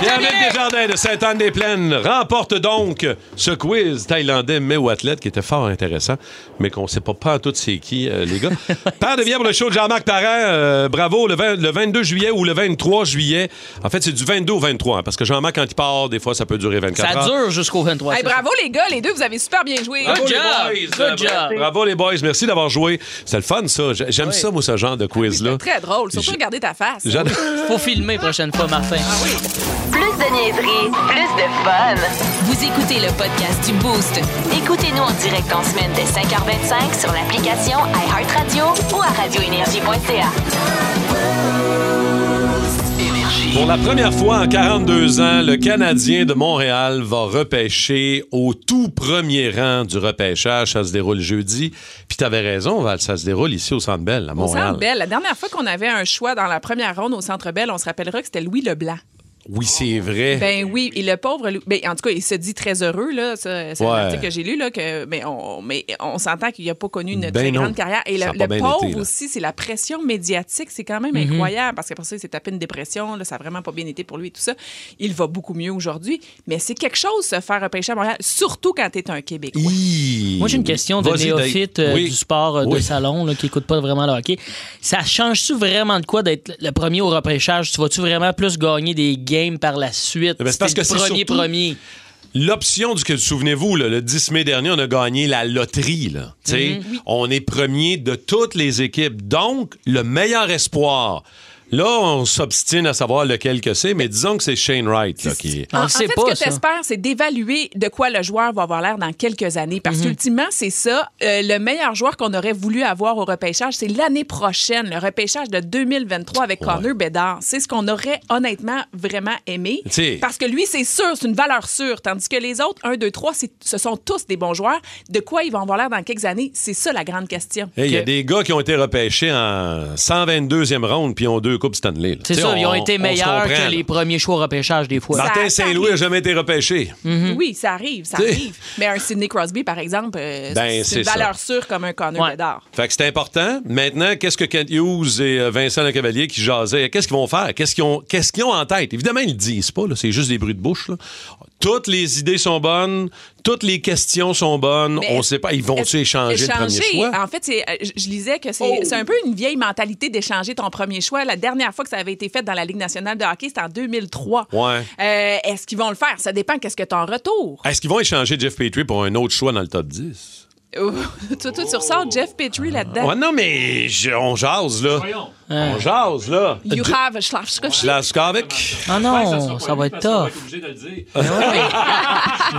[SPEAKER 1] Pierre-Luc Desjardins de Sainte-Anne-des-Plaines remporte donc ce quiz thaïlandais mais ou athlète qui était fort intéressant, mais qu'on ne sait pas pas en tout c'est qui, euh, les gars. Père devient pour le show de Jean-Marc Parent, euh, bravo, le, 20 le 22 juillet ou le 23 juillet. En fait, c'est du 22 au 23, hein, parce que Jean-Marc, quand il part, des fois, ça peut durer 24 heures.
[SPEAKER 2] Ça dure jusqu'au 23.
[SPEAKER 3] Hey,
[SPEAKER 2] c'est ça.
[SPEAKER 3] bravo les gars, les deux, vous avez super bien joué.
[SPEAKER 1] Bravo
[SPEAKER 2] Good
[SPEAKER 1] les
[SPEAKER 2] job,
[SPEAKER 1] boys.
[SPEAKER 2] good job.
[SPEAKER 1] Bravo les boys, merci d'avoir joué. C'est le fun, ça. J- J'aime ça, moi, ce
[SPEAKER 2] Ah
[SPEAKER 1] genre de quiz-là.
[SPEAKER 3] C'est très drôle, surtout
[SPEAKER 1] Je-
[SPEAKER 3] regarder ta face.
[SPEAKER 1] J'en-
[SPEAKER 2] Faut filmer prochaine fois, Martin.
[SPEAKER 6] Plus de niaiserie, plus de fun. Vous écoutez le podcast du Boost. Écoutez-nous en direct en semaine dès 5h25 sur l'application iHeartRadio ou à radioénergie.ca.
[SPEAKER 1] Pour la première fois en 42 ans, le Canadien de Montréal va repêcher au tout premier rang du repêchage. Ça se déroule jeudi. Puis t'avais raison, Val, ça se déroule ici au Centre Bell, à
[SPEAKER 3] Au
[SPEAKER 1] Montréal.
[SPEAKER 3] Centre Bell, la dernière fois qu'on avait un choix dans la première ronde au Centre Bell, on se rappellera que c'était Louis Leblanc.
[SPEAKER 1] Oui, c'est vrai.
[SPEAKER 3] Ben oui, et le pauvre Louis... ben, en tout cas, il se dit très heureux, là, ça- c'est
[SPEAKER 1] Ouais.
[SPEAKER 3] l'article que j'ai lu, là, que, mais on, mais on s'entend qu'il n'a pas connu une
[SPEAKER 1] Ben
[SPEAKER 3] très
[SPEAKER 1] non.
[SPEAKER 3] grande carrière. Et
[SPEAKER 1] Ça
[SPEAKER 3] le,
[SPEAKER 1] a pas
[SPEAKER 3] le
[SPEAKER 1] bien
[SPEAKER 3] pauvre
[SPEAKER 1] été, là.
[SPEAKER 3] aussi, c'est la pression médiatique, c'est quand même incroyable, parce qu'après ça, il s'est tapé une dépression, là, ça a vraiment pas bien été pour lui et tout ça. Il va beaucoup mieux aujourd'hui, mais c'est quelque chose, se faire repêcher à Montréal, surtout quand tu es un Québécois.
[SPEAKER 1] Hi.
[SPEAKER 2] Moi, j'ai une question de
[SPEAKER 1] Vas-y, Dave.
[SPEAKER 2] néophyte euh,
[SPEAKER 1] Oui.
[SPEAKER 2] du sport euh, de
[SPEAKER 1] Oui.
[SPEAKER 2] salon là, qui n'écoute pas vraiment le hockey. Ça change-tu vraiment de quoi d'être le premier au repêchage? Tu vas-tu vraiment plus gagner des games par la suite?
[SPEAKER 1] Ben, c'est parce
[SPEAKER 2] C'était
[SPEAKER 1] que
[SPEAKER 2] le
[SPEAKER 1] c'est
[SPEAKER 2] premier
[SPEAKER 1] surtout-
[SPEAKER 2] premier.
[SPEAKER 1] L'option du que souvenez-vous, là, le 10 mai dernier, on a gagné la loterie. Là, Tu sais, On est premier de toutes les équipes. Donc, le meilleur espoir. Là, on s'obstine à savoir lequel que c'est, mais disons que c'est Shane Wright là, qui est.
[SPEAKER 2] On
[SPEAKER 3] En,
[SPEAKER 2] le
[SPEAKER 3] en
[SPEAKER 2] sait
[SPEAKER 3] fait,
[SPEAKER 2] pas,
[SPEAKER 3] ce que
[SPEAKER 2] ça.
[SPEAKER 3] tu espères, c'est d'évaluer de quoi le joueur va avoir l'air dans quelques années. Parce
[SPEAKER 1] Mhm.
[SPEAKER 3] qu'ultimement, c'est ça. euh, le meilleur joueur qu'on aurait voulu avoir au repêchage, c'est l'année prochaine, le repêchage de 2023 avec Connor Bedard. C'est ce qu'on aurait honnêtement vraiment aimé.
[SPEAKER 1] Tu sais-
[SPEAKER 3] Parce que lui, c'est sûr, c'est une valeur sûre. Tandis que les autres, 1, 2, 3, ce sont tous des bons joueurs. De quoi ils vont avoir l'air dans quelques années? C'est ça la grande question.
[SPEAKER 1] Hey, Il y a
[SPEAKER 2] Que-
[SPEAKER 1] des gars qui ont été repêchés en 122e ronde puis ils ont deux coupes Stanley. là.
[SPEAKER 2] C'est
[SPEAKER 1] Tu sais,
[SPEAKER 2] ça, ils
[SPEAKER 1] on-
[SPEAKER 2] ont été
[SPEAKER 1] on se
[SPEAKER 2] meilleurs
[SPEAKER 1] comprend,
[SPEAKER 2] que
[SPEAKER 1] là.
[SPEAKER 2] les premiers choix au repêchage des fois. Hmm.
[SPEAKER 3] Ça-
[SPEAKER 1] Martin
[SPEAKER 3] ça
[SPEAKER 1] Saint-Louis n'a
[SPEAKER 3] arrive.
[SPEAKER 1] jamais été repêché.
[SPEAKER 3] Oui, ça arrive, ça
[SPEAKER 1] euh, mhm. Tu sais-
[SPEAKER 3] arrive. Mais un Sidney Crosby, par exemple, euh,
[SPEAKER 1] Ben,
[SPEAKER 3] c'est une
[SPEAKER 1] c'est ça.
[SPEAKER 3] valeur sûre comme un Connor
[SPEAKER 2] Ouais.
[SPEAKER 3] Bedard.
[SPEAKER 1] Fait que c'est important. Maintenant, qu'est-ce que Kent Hughes et euh, Vincent Lecavalier qui jasaient, qu'est-ce qu'ils vont faire? Qu'est-ce qu'ils ont, qu'est-ce qu'ils ont en tête? Évidemment, ils le disent pas, là, c'est juste des bruits de bouche. là. Toutes les idées sont bonnes, toutes les questions sont bonnes.
[SPEAKER 3] Mais
[SPEAKER 1] on
[SPEAKER 3] est-
[SPEAKER 1] sait pas, ils vont-tu échanger le premier
[SPEAKER 3] échanger.
[SPEAKER 1] choix?
[SPEAKER 3] En fait, c'est- euh, je- je lisais que c'est c'est un peu une vieille mentalité d'échanger ton premier choix. La dernière fois que ça avait été fait dans la Ligue nationale de hockey, c'était en 2003.
[SPEAKER 1] Ouais.
[SPEAKER 3] Euh, Est-ce qu'ils vont le faire? Ça dépend qu'est-ce que tu en retour.
[SPEAKER 1] Est-ce qu'ils vont échanger Jeff Petrie pour un autre choix dans le top 10?
[SPEAKER 3] tu, tu, tu ressors Jeff Petrie là-dedans.
[SPEAKER 2] Hein?
[SPEAKER 1] Ouais, non, mais je- on jase, là. On jase, là.
[SPEAKER 3] You
[SPEAKER 1] Je-
[SPEAKER 3] have Schlafskowski.
[SPEAKER 1] Slaskovic.
[SPEAKER 2] Ah non, ça va être tough.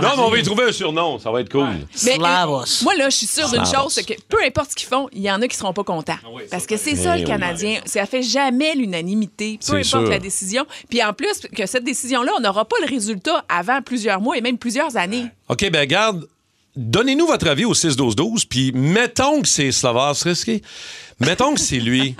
[SPEAKER 1] Non, mais on va y trouver un surnom. Ça va être cool.
[SPEAKER 3] Mais, euh,
[SPEAKER 2] Slavos.
[SPEAKER 3] moi, là, je suis sûre d'une
[SPEAKER 1] Slavos.
[SPEAKER 3] chose, c'est que peu importe ce qu'ils font, il y en a qui seront pas contents. Parce que c'est
[SPEAKER 1] Eh
[SPEAKER 3] ça,
[SPEAKER 1] oui.
[SPEAKER 3] le Canadien. Ça fait jamais l'unanimité, peu
[SPEAKER 1] C'est
[SPEAKER 3] importe
[SPEAKER 1] sûr.
[SPEAKER 3] la décision. Puis en plus, que cette décision-là, on n'aura pas le résultat avant plusieurs mois et même plusieurs années.
[SPEAKER 1] OK, ben garde. Donnez-nous votre avis au 6-12-12, puis mettons que c'est Slavas Risky. Mettons que c'est lui.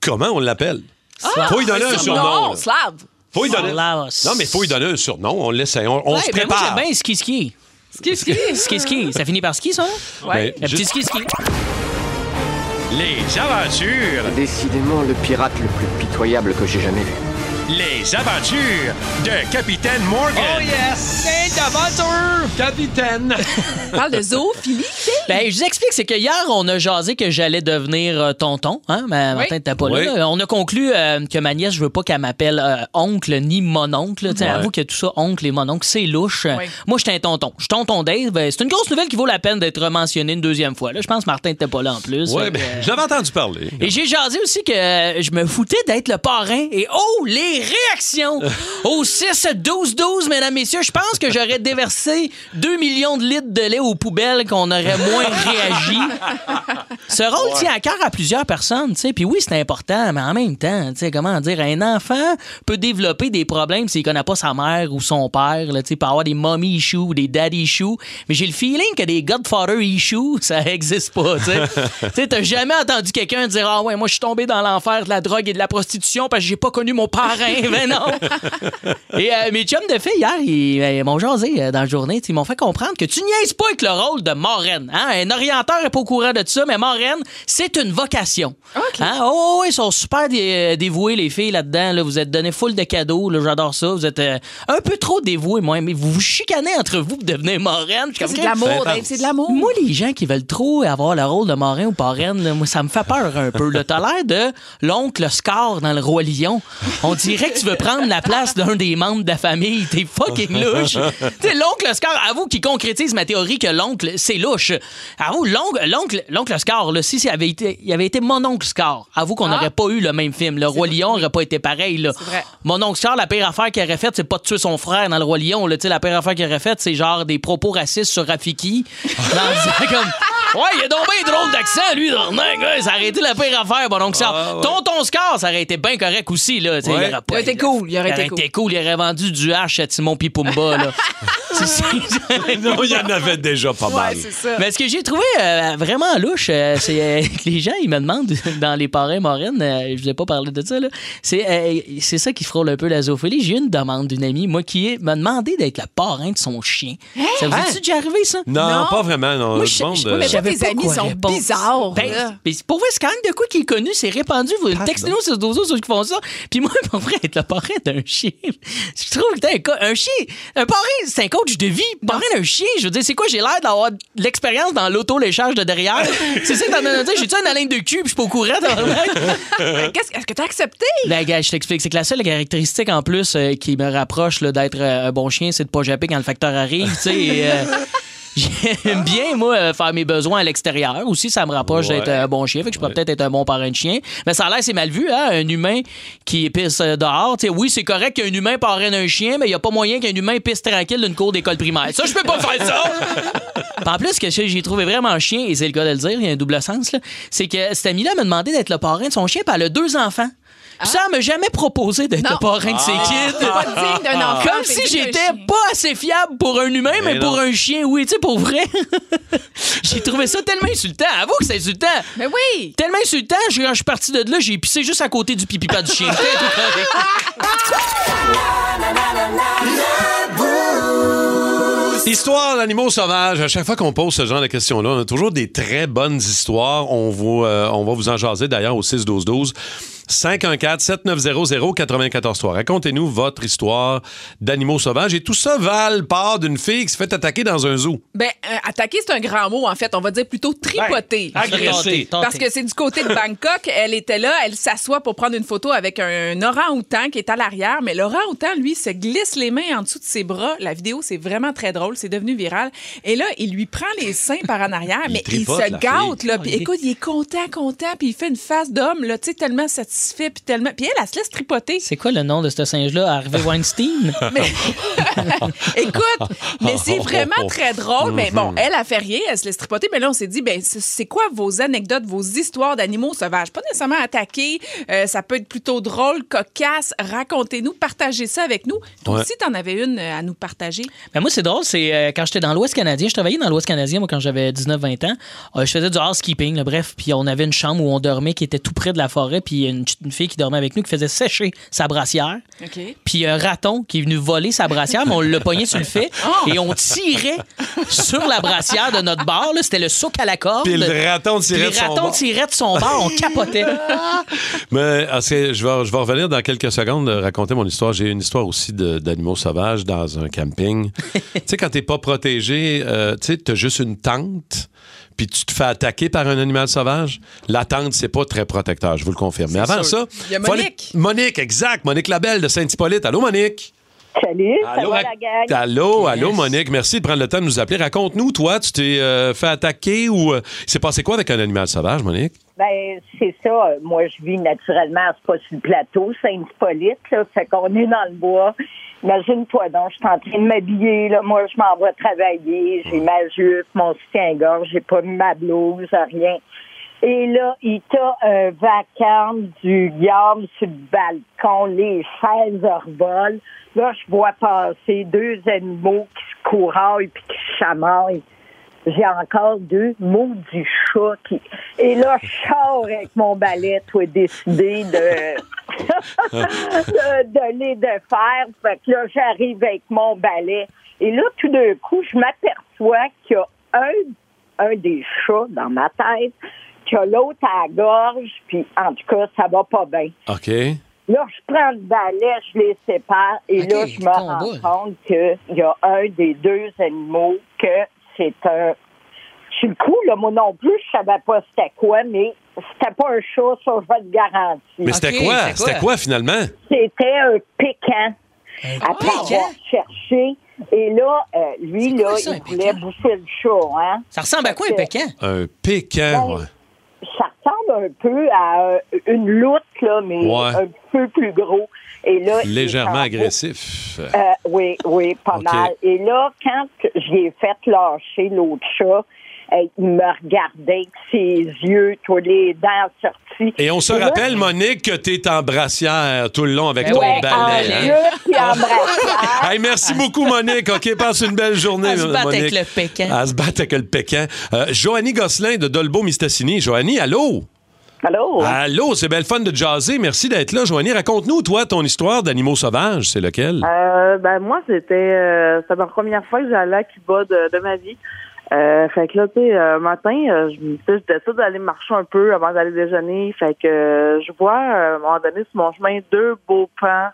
[SPEAKER 1] Comment on l'appelle? faut lui
[SPEAKER 3] Ah,
[SPEAKER 1] donner un surnom.
[SPEAKER 3] Non,
[SPEAKER 1] là.
[SPEAKER 3] Slav.
[SPEAKER 1] Faut lui donner...
[SPEAKER 2] Slavos.
[SPEAKER 1] Non, mais faut lui donner un surnom. On laisse, on, on
[SPEAKER 2] Ouais,
[SPEAKER 1] se
[SPEAKER 2] ben moi,
[SPEAKER 1] prépare.
[SPEAKER 2] j'aime bien ski-ski.
[SPEAKER 3] Ski, ski.
[SPEAKER 2] Ski-ski. Ça finit par ski, ça?
[SPEAKER 1] Ben,
[SPEAKER 2] Le
[SPEAKER 1] juste-
[SPEAKER 2] petit ski-ski.
[SPEAKER 7] Les aventures,
[SPEAKER 8] Décidément le pirate le plus pitoyable que j'ai jamais vu.
[SPEAKER 7] les aventures de Capitaine Morgan.
[SPEAKER 2] Oh,
[SPEAKER 1] Capitaine!
[SPEAKER 3] On parle de zoophilie.
[SPEAKER 2] Ben, je vous explique, c'est que hier, on a jasé que j'allais devenir euh, tonton. Hein? Ma, Martin, t'as pas
[SPEAKER 1] Oui.
[SPEAKER 2] là. On a conclu euh, que ma nièce, je veux pas qu'elle m'appelle euh, oncle ni mononcle. Tu sais, Avoue que tout ça, oncle et mononcle, c'est louche. Euh,
[SPEAKER 3] Oui.
[SPEAKER 2] Moi, j'étais un tonton. Je suis tonton Dave. Ben, c'est une grosse nouvelle qui vaut la peine d'être mentionnée une deuxième fois. Là. Je pense que Martin t'es pas là en plus.
[SPEAKER 1] Ouais,
[SPEAKER 2] Fait que,
[SPEAKER 1] ben,
[SPEAKER 2] euh,
[SPEAKER 1] je l'avais entendu parler.
[SPEAKER 2] Et j'ai jasé aussi que euh, je me foutais d'être le parrain. Et oh, les réactions! Au 6-12-12, mesdames, messieurs, je pense que j'aurais déversé 2 millions de litres de lait aux poubelles qu'on aurait moins réagi. Ce rôle tient à cœur à plusieurs personnes, tu sais. Puis oui, c'est important, mais en même temps, tu sais, comment dire, un enfant peut développer des problèmes s'il connaît pas sa mère ou son père, là, tu sais, peut avoir des mommy issues ou des daddy issues. Mais j'ai le feeling que des godfather issues, ça existe pas, tu sais. tu sais, t'as jamais entendu quelqu'un dire, ah ouais, moi, je suis tombé dans l'enfer de la drogue et de la prostitution parce que j'ai pas connu mon parrain. ben non! Et euh, mes chums de filles, hier, ils, euh, ils m'ont jasé euh, dans la journée. tu sais, Ils m'ont fait comprendre que tu niaises pas avec le rôle de marraine. hein. Un orienteur n'est pas au courant de ça, mais marraine, c'est une vocation. Hein? Oh, oui, ils sont super dé- euh, dévoués, les filles, là-dedans. là. Vous êtes donné full de cadeaux. là, J'adore ça. Vous êtes euh, un peu trop dévoués, moi. Mais vous vous chicanez entre vous pour devenir marraine. Je suis
[SPEAKER 3] C'est
[SPEAKER 2] comme,
[SPEAKER 3] de l'amour,
[SPEAKER 1] intense.
[SPEAKER 3] Dave, c'est de l'amour.
[SPEAKER 2] moi, les gens qui veulent trop avoir le rôle de marin ou parraine, là, moi, ça me fait peur un peu. là. T'as l'air de l'oncle Scar dans Le Roi Lion. On dirait que tu veux prendre la place d'un des membres de la famille. T'es fucking louche. T'sais, l'oncle Scar, avoue qu'il concrétise ma théorie que l'oncle, c'est louche. Avoue, l'oncle, l'oncle, l'oncle Scar, là, si, s'il avait été, il avait été mon oncle Scar, avoue qu'on
[SPEAKER 3] Ah.
[SPEAKER 2] n'aurait pas eu le même film. Le Roi Lion n'aurait pas été pareil. Là.
[SPEAKER 3] C'est vrai.
[SPEAKER 2] Mon oncle Charles, la pire affaire qu'il aurait faite, c'est pas de tuer son frère dans le Roi Lion. Là, Tu sais, la pire affaire qu'il aurait faite, c'est genre des propos racistes sur Rafiki. en disant comme. Ouais, il a tombé un drôle d'accent, lui, dans le nez, ouais, Ça aurait été la pire affaire, mon oncle Charles.
[SPEAKER 1] Ah, ouais.
[SPEAKER 2] Tonton Scar, ça aurait été bien correct aussi. Là, Tu sais,
[SPEAKER 1] Ouais.
[SPEAKER 2] il, aurait
[SPEAKER 3] Il
[SPEAKER 2] pas-
[SPEAKER 3] aurait été cool, il aurait été cool.
[SPEAKER 2] Il aurait vendu du H à Timon puis Pumba. Là. C'est- c'est-
[SPEAKER 1] Non, il y en avait déjà pas mal.
[SPEAKER 3] Ouais, c'est ça.
[SPEAKER 2] mais ce que j'ai trouvé euh, vraiment louche, euh, c'est euh, que les gens, ils me demandent dans les parrains marraines, euh, je ne vous ai pas parlé de ça, là, c'est euh, c'est ça qui frôle un peu la zoophilie. J'ai eu une demande d'une amie, moi, qui est- m'a demandé d'être la parrain de son chien. Ça vous est-tu déjà arrivé, ça?
[SPEAKER 1] Non,
[SPEAKER 3] Hein? Non.
[SPEAKER 1] pas vraiment. Non,
[SPEAKER 2] Moi,
[SPEAKER 1] je,
[SPEAKER 2] je-
[SPEAKER 1] demande,
[SPEAKER 2] je-
[SPEAKER 1] euh,
[SPEAKER 3] Mais
[SPEAKER 2] je-
[SPEAKER 3] tous
[SPEAKER 2] savais
[SPEAKER 3] tes
[SPEAKER 2] pas
[SPEAKER 3] amis
[SPEAKER 2] quoi
[SPEAKER 3] sont
[SPEAKER 2] répondre.
[SPEAKER 3] bizarres.
[SPEAKER 2] Ben,
[SPEAKER 3] là.
[SPEAKER 2] mais pour vrai, c'est quand même de quoi qui est connu, c'est répandu. Vous le textez-nous sur ce dossier, ceux qui font ça. Puis moi, pour vrai, être le parrain d'un chien, je trouve que t'es un, co- un chien, un parrain, c'est un coach de vie. Parrain d'un chien, je veux dire, c'est quoi, j'ai l'air d'avoir de l'expérience dans l'auto-léchage de derrière. c'est ça que t'en as dit, j'ai-tu un haleine de cul, puis je suis pas au courant, tabarnak?
[SPEAKER 3] Qu'est-ce est-ce que t'as accepté?
[SPEAKER 2] La Ben, gars, je t'explique. C'est que la seule caractéristique en plus euh, qui me rapproche là, d'être euh, un bon chien, c'est de pas japper quand le facteur arrive. tu sais, et, euh, J'aime bien, moi, euh, faire mes besoins à l'extérieur. Aussi, ça me rapproche
[SPEAKER 1] Ouais.
[SPEAKER 2] d'être un bon chien. Fait que je pourrais peut-être être un bon parrain de chien. Mais ça a l'air, c'est mal vu, hein, un humain qui pisse euh, dehors. Tu sais, oui, c'est correct qu'un humain parraine un chien, mais il n'y a pas moyen qu'un humain pisse tranquille d'une cour d'école primaire. Ça, je peux pas faire ça! Puis en plus, ce que j'ai trouvé vraiment chien, et c'est le cas de le dire, il y a un double sens, là, c'est que cette amie-là m'a demandé d'être le parrain de son chien, puis elle a deux enfants. Puis ça, elle m'a jamais proposé d'être
[SPEAKER 3] Ah. Non.
[SPEAKER 2] le parrain de ses kids.
[SPEAKER 3] C'est pas digne d'un enfant.
[SPEAKER 2] Comme
[SPEAKER 3] mais
[SPEAKER 2] si
[SPEAKER 3] digne d'un
[SPEAKER 2] j'étais
[SPEAKER 3] chien.
[SPEAKER 2] pas assez fiable pour un humain, mais,
[SPEAKER 1] Mais
[SPEAKER 2] pour
[SPEAKER 1] non.
[SPEAKER 2] un chien, oui, tu sais, pour vrai. j'ai trouvé ça tellement insultant. Avoue que c'est insultant.
[SPEAKER 3] Mais oui!
[SPEAKER 2] Tellement insultant, j'ai- quand je suis parti de là, j'ai pissé juste à côté du pipi pas du chien.
[SPEAKER 1] Histoire d'animaux sauvages. À chaque fois qu'on pose ce genre de questions-là, on a toujours des très bonnes histoires. On, vous, euh, on va vous en jaser d'ailleurs au 6-12-12. 514-7900-943. Racontez-nous votre histoire d'animaux sauvages. Et tout ça va le part d'une fille qui se fait attaquer dans un zoo.
[SPEAKER 3] Ben, euh, attaquer, c'est un grand mot, en fait. On va dire plutôt tripoter.
[SPEAKER 1] Agressé.
[SPEAKER 3] Parce que c'est du côté de Bangkok. Elle était là, elle s'assoit pour prendre une photo avec un orang-outan qui est à l'arrière. Mais l'orang-outan, lui, se glisse les mains en dessous de ses bras. La vidéo, c'est vraiment très drôle. C'est devenu viral. Et là, il lui prend les seins par en arrière, mais il
[SPEAKER 1] tripote,
[SPEAKER 3] se
[SPEAKER 1] la
[SPEAKER 3] gâte. Là. Puis
[SPEAKER 2] Ah, il est-
[SPEAKER 3] écoute, il est content, content. Puis il fait une face d'homme, là, tu sais, tellement satisfait. Puis tellement. Puis elle, elle se laisse tripoter.
[SPEAKER 2] C'est quoi le nom de ce singe-là, Harvey Weinstein?
[SPEAKER 3] Mais- Écoute, mais
[SPEAKER 1] Oh,
[SPEAKER 3] c'est vraiment très drôle. Mais bon,
[SPEAKER 1] Mm-hmm.
[SPEAKER 3] elle a fait rien, elle se laisse tripoter. Mais là, on s'est dit, ben, c'est- c'est quoi vos anecdotes, vos histoires d'animaux sauvages? Pas nécessairement attaqués, euh, ça peut être plutôt drôle, cocasse. Racontez-nous, partagez ça avec nous. Toi
[SPEAKER 1] Ouais.
[SPEAKER 3] aussi, t'en avais une euh, à nous partager.
[SPEAKER 2] Ben moi, c'est drôle, c'est euh, quand j'étais dans l'Ouest canadien, je travaillais dans l'Ouest canadien, moi, quand j'avais 19-20 ans. Euh, je faisais du housekeeping, là, bref, puis on avait une chambre où on dormait qui était tout près de la forêt, puis une une, ch- une fille qui dormait avec nous qui faisait sécher sa brassière.
[SPEAKER 3] OK.
[SPEAKER 2] Puis il y a un raton qui est venu voler sa brassière, mais on l'a pogné sur le fait et on tirait sur la brassière de notre bar. là. C'était le souk à la corde.
[SPEAKER 1] Puis le raton
[SPEAKER 2] Puis
[SPEAKER 1] tirait
[SPEAKER 2] les
[SPEAKER 1] de son
[SPEAKER 2] ratons
[SPEAKER 1] bord.
[SPEAKER 2] tiraient de son bar, on capotait.
[SPEAKER 1] Mais parce que je, vais, je vais revenir dans quelques secondes euh, raconter mon histoire. J'ai une histoire aussi de- d'animaux sauvages dans un camping. tu sais, quand t'es pas protégé, euh, tu sais, t'as juste une tente, puis tu te fais attaquer par un animal sauvage. La tente, c'est pas très protecteur, je vous le confirme. Mais avant ça,
[SPEAKER 3] Il y a
[SPEAKER 1] faut aller-
[SPEAKER 3] Monique.
[SPEAKER 1] Monique, exact. Monique Labelle de Saint-Hippolyte. Allô, Monique.
[SPEAKER 9] Salut, ça
[SPEAKER 1] Allô,
[SPEAKER 9] va
[SPEAKER 1] rac-
[SPEAKER 9] la gang?
[SPEAKER 1] allô, allô,
[SPEAKER 2] Yes.
[SPEAKER 1] Monique. Merci de prendre le temps de nous appeler. Raconte-nous, toi, tu t'es euh, fait attaquer ou euh, il s'est passé quoi avec un animal sauvage, Monique?
[SPEAKER 9] Ben, c'est ça. euh, Moi, je vis naturellement, c'est pas sur le plateau, Saint-Hippolyte, là. Fait qu'on est dans le bois. Imagine-toi donc, je suis en train de m'habiller, là. Moi, je m'en vais travailler. J'ai ma jupe, mon soutien-gorge, j'ai pas mis ma blouse, rien. Et là, il t'a un vacarme du garde sur le balcon, les chaises revolent. Là, je vois passer deux animaux qui se couraillent puis qui se chamaillent. J'ai encore deux mots du chat qui. Et là, je sors avec mon balai, toi, décidé de.
[SPEAKER 1] Ah,
[SPEAKER 9] de, de les défaire. Fait que là, j'arrive avec mon balai. Et là, tout d'un coup, je m'aperçois qu'il y a un, un des chats dans ma tête, qu'il y a l'autre à la gorge, puis en tout cas, ça va pas bien.
[SPEAKER 1] OK.
[SPEAKER 9] Là, je prends le balai, je les sépare et
[SPEAKER 2] Ok,
[SPEAKER 9] là, je me rends
[SPEAKER 2] combat.
[SPEAKER 9] compte qu'il y a un des deux animaux que c'est un. Sur le coup, là, moi non plus, je savais pas c'était quoi, mais c'était pas un chat, ça, je vais te garantir.
[SPEAKER 1] Mais c'était
[SPEAKER 2] Ok,
[SPEAKER 1] quoi?
[SPEAKER 2] c'était quoi?
[SPEAKER 1] C'était quoi, finalement?
[SPEAKER 9] C'était un pécan. Après
[SPEAKER 2] pécan?
[SPEAKER 9] avoir cherché, et là, euh, lui,
[SPEAKER 2] C'est quoi
[SPEAKER 9] là,
[SPEAKER 2] ça, un
[SPEAKER 9] il voulait
[SPEAKER 2] pécan?
[SPEAKER 9] bouffer le chat, hein?
[SPEAKER 2] Ça ressemble à quoi un pécan?
[SPEAKER 1] Un pécan,
[SPEAKER 9] Ouais.
[SPEAKER 1] ouais.
[SPEAKER 9] ça ressemble un peu à euh, une loutre, là, mais
[SPEAKER 1] Ouais.
[SPEAKER 9] un peu plus gros. Et là, il est
[SPEAKER 1] Légèrement
[SPEAKER 9] en-
[SPEAKER 1] agressif.
[SPEAKER 9] Euh, oui, oui, pas
[SPEAKER 1] Ok.
[SPEAKER 9] mal. Et là, quand j'ai fait lâcher l'autre chat, euh, il me regardait avec ses yeux, tous les dents sorties.
[SPEAKER 1] Et on se
[SPEAKER 9] là,
[SPEAKER 1] rappelle, Monique, que t'es en brassière tout le long avec
[SPEAKER 2] Ben
[SPEAKER 1] ton
[SPEAKER 2] ouais,
[SPEAKER 1] balai.
[SPEAKER 2] en
[SPEAKER 1] hein?
[SPEAKER 9] yeux, puis en brassard.
[SPEAKER 1] Hey, merci beaucoup, Monique. OK, passe une belle journée,
[SPEAKER 2] Elle se bat
[SPEAKER 1] Monique.
[SPEAKER 2] avec le pécan.
[SPEAKER 1] À se battre avec le pécan. Euh, Joanie Gosselin de Dolbeau-Mistassini. Joanie, allô?
[SPEAKER 9] Allô?
[SPEAKER 1] Allô, c'est belle fun de jaser. Merci d'être là, Joanie. Raconte-nous, toi, ton histoire d'animaux sauvages. C'est lequel?
[SPEAKER 9] Ah,
[SPEAKER 10] Euh, ben moi, c'était euh, c'était ma première fois que j'allais à Cuba de, de ma vie. Euh, fait que là, tu sais, un matin, euh, je, me- tu sais, je décide d'aller marcher un peu avant d'aller déjeuner. Fait que euh, je vois, euh, à un moment donné, sur mon chemin, deux beaux pans.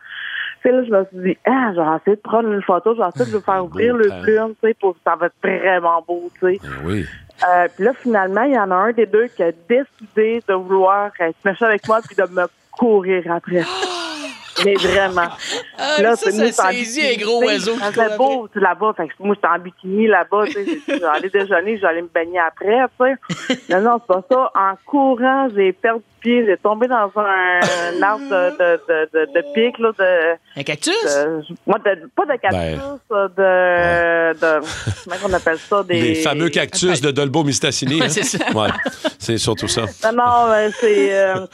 [SPEAKER 10] Tu sais, là, je me suis dit, ah, je vais essayer de prendre une photo, je vais essayer de lui faire ouvrir
[SPEAKER 1] beau
[SPEAKER 10] le
[SPEAKER 1] pan.
[SPEAKER 10] plume, tu sais, pour ça va être vraiment beau, tu sais.
[SPEAKER 1] Ah Oui.
[SPEAKER 10] Euh, puis là, finalement, il y en a un des deux qui a décidé de vouloir être méchant avec moi puis de me courir après. Mais vraiment.
[SPEAKER 2] Ah,
[SPEAKER 10] Là,
[SPEAKER 2] ça,
[SPEAKER 10] c'est nous,
[SPEAKER 2] ça
[SPEAKER 10] en
[SPEAKER 2] saisit un
[SPEAKER 10] bikini,
[SPEAKER 2] gros
[SPEAKER 10] tu sais,
[SPEAKER 2] oiseau. qui
[SPEAKER 10] il
[SPEAKER 2] court
[SPEAKER 10] faisait
[SPEAKER 2] après.
[SPEAKER 10] beau tu sais, là-bas. Fait que moi, j'étais en bikini là-bas. tu sais, J'allais déjeuner, j'allais me baigner après. tu sais. Non, non, c'est pas ça. En courant, j'ai perdu pied. J'ai tombé dans un, un arbre de, de, de, de, de pic, là, de,
[SPEAKER 2] Un cactus?
[SPEAKER 10] de- moi, de- pas
[SPEAKER 1] Ben.
[SPEAKER 10] de cactus, de, de, Comment on appelle ça? Des,
[SPEAKER 1] Les fameux cactus de Dolbeau-Mistassini.
[SPEAKER 2] Ah, ben. Ouais,
[SPEAKER 1] hein?
[SPEAKER 2] c'est ça.
[SPEAKER 1] Ouais, c'est surtout ça.
[SPEAKER 10] Non, non, euh, c'est euh,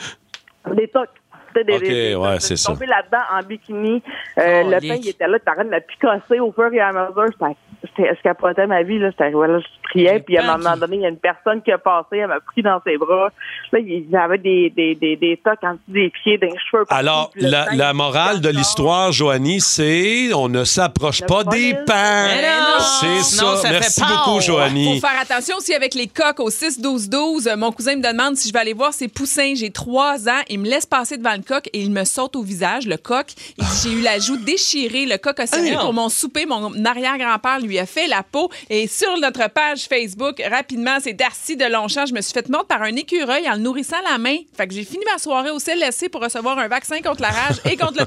[SPEAKER 10] des tocs. Tu sais, Des,
[SPEAKER 1] Ok,
[SPEAKER 10] des- des-
[SPEAKER 1] ouais,
[SPEAKER 10] je suis
[SPEAKER 1] c'est ça.
[SPEAKER 10] tombée là-dedans en bikini. Euh,
[SPEAKER 2] Oh,
[SPEAKER 10] le
[SPEAKER 2] Nick.
[SPEAKER 10] pain, il était là, t'arrêtes de me picasser au fur et à mesure. J'étais- J'étais, je capotais ma vie, là. J'étais arrivée là, je
[SPEAKER 2] Le
[SPEAKER 10] priais, puis à
[SPEAKER 2] pain
[SPEAKER 10] un moment
[SPEAKER 2] qui-
[SPEAKER 10] donné, il y a une personne qui a passé, elle m'a pris dans ses bras. Là, il y avait des, des, des, des tocs en dessous des pieds, des cheveux. partout,
[SPEAKER 1] Alors,
[SPEAKER 10] puis le
[SPEAKER 1] la,
[SPEAKER 10] pain,
[SPEAKER 1] la
[SPEAKER 10] il
[SPEAKER 1] morale de
[SPEAKER 10] sort.
[SPEAKER 1] l'histoire, Joanie, c'est on ne s'approche
[SPEAKER 10] Le
[SPEAKER 1] pas des
[SPEAKER 10] police.
[SPEAKER 2] Mais
[SPEAKER 1] pans.
[SPEAKER 2] non!
[SPEAKER 1] C'est
[SPEAKER 2] Non,
[SPEAKER 1] ça.
[SPEAKER 2] ça fait
[SPEAKER 1] Merci
[SPEAKER 2] peur.
[SPEAKER 1] beaucoup,
[SPEAKER 3] Faut
[SPEAKER 1] Joanie.
[SPEAKER 3] faire attention aussi avec les coques au 6-12-12. Euh, Mon cousin me demande si je vais aller voir ses poussins. J'ai trois ans. Il me laisse passer devant le coq et il me saute au visage, le coq. Il dit, J'ai eu la joue déchirée. Le coq a servi
[SPEAKER 2] non.
[SPEAKER 3] pour mon souper. Mon arrière-grand-père lui a fait la peau. Et sur notre page Facebook, rapidement, c'est Darcy de Longchamp. Je me suis fait mordre par un écureuil en le nourrissant la main. Fait que j'ai fini ma soirée au CLSC pour recevoir un vaccin contre la rage et contre le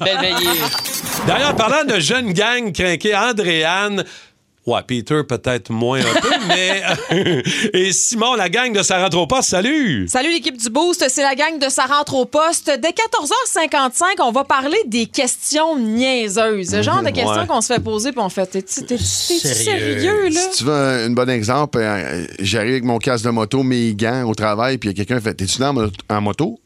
[SPEAKER 2] Belle veillée.
[SPEAKER 1] D'ailleurs, parlant de jeunes gangs crinqués, Andréane. Ouais, Peter peut-être moins un peu, mais... Et Simon, la gang de Ça rentre au poste, salut!
[SPEAKER 11] Salut l'équipe du Boost, c'est la gang de Ça rentre au poste. Dès 14h55, on va parler des questions niaiseuses. Le genre de questions
[SPEAKER 1] ouais.
[SPEAKER 11] qu'on se fait poser puis on fait T'es-tu t'es-tu- t'es-tu
[SPEAKER 2] Sérieux?
[SPEAKER 11] sérieux, là?
[SPEAKER 12] Si tu veux un, un bon exemple, euh, j'arrive avec mon casque de moto, mes gants au travail, puis il y a quelqu'un qui fait T'es-tu dans mo- en moto?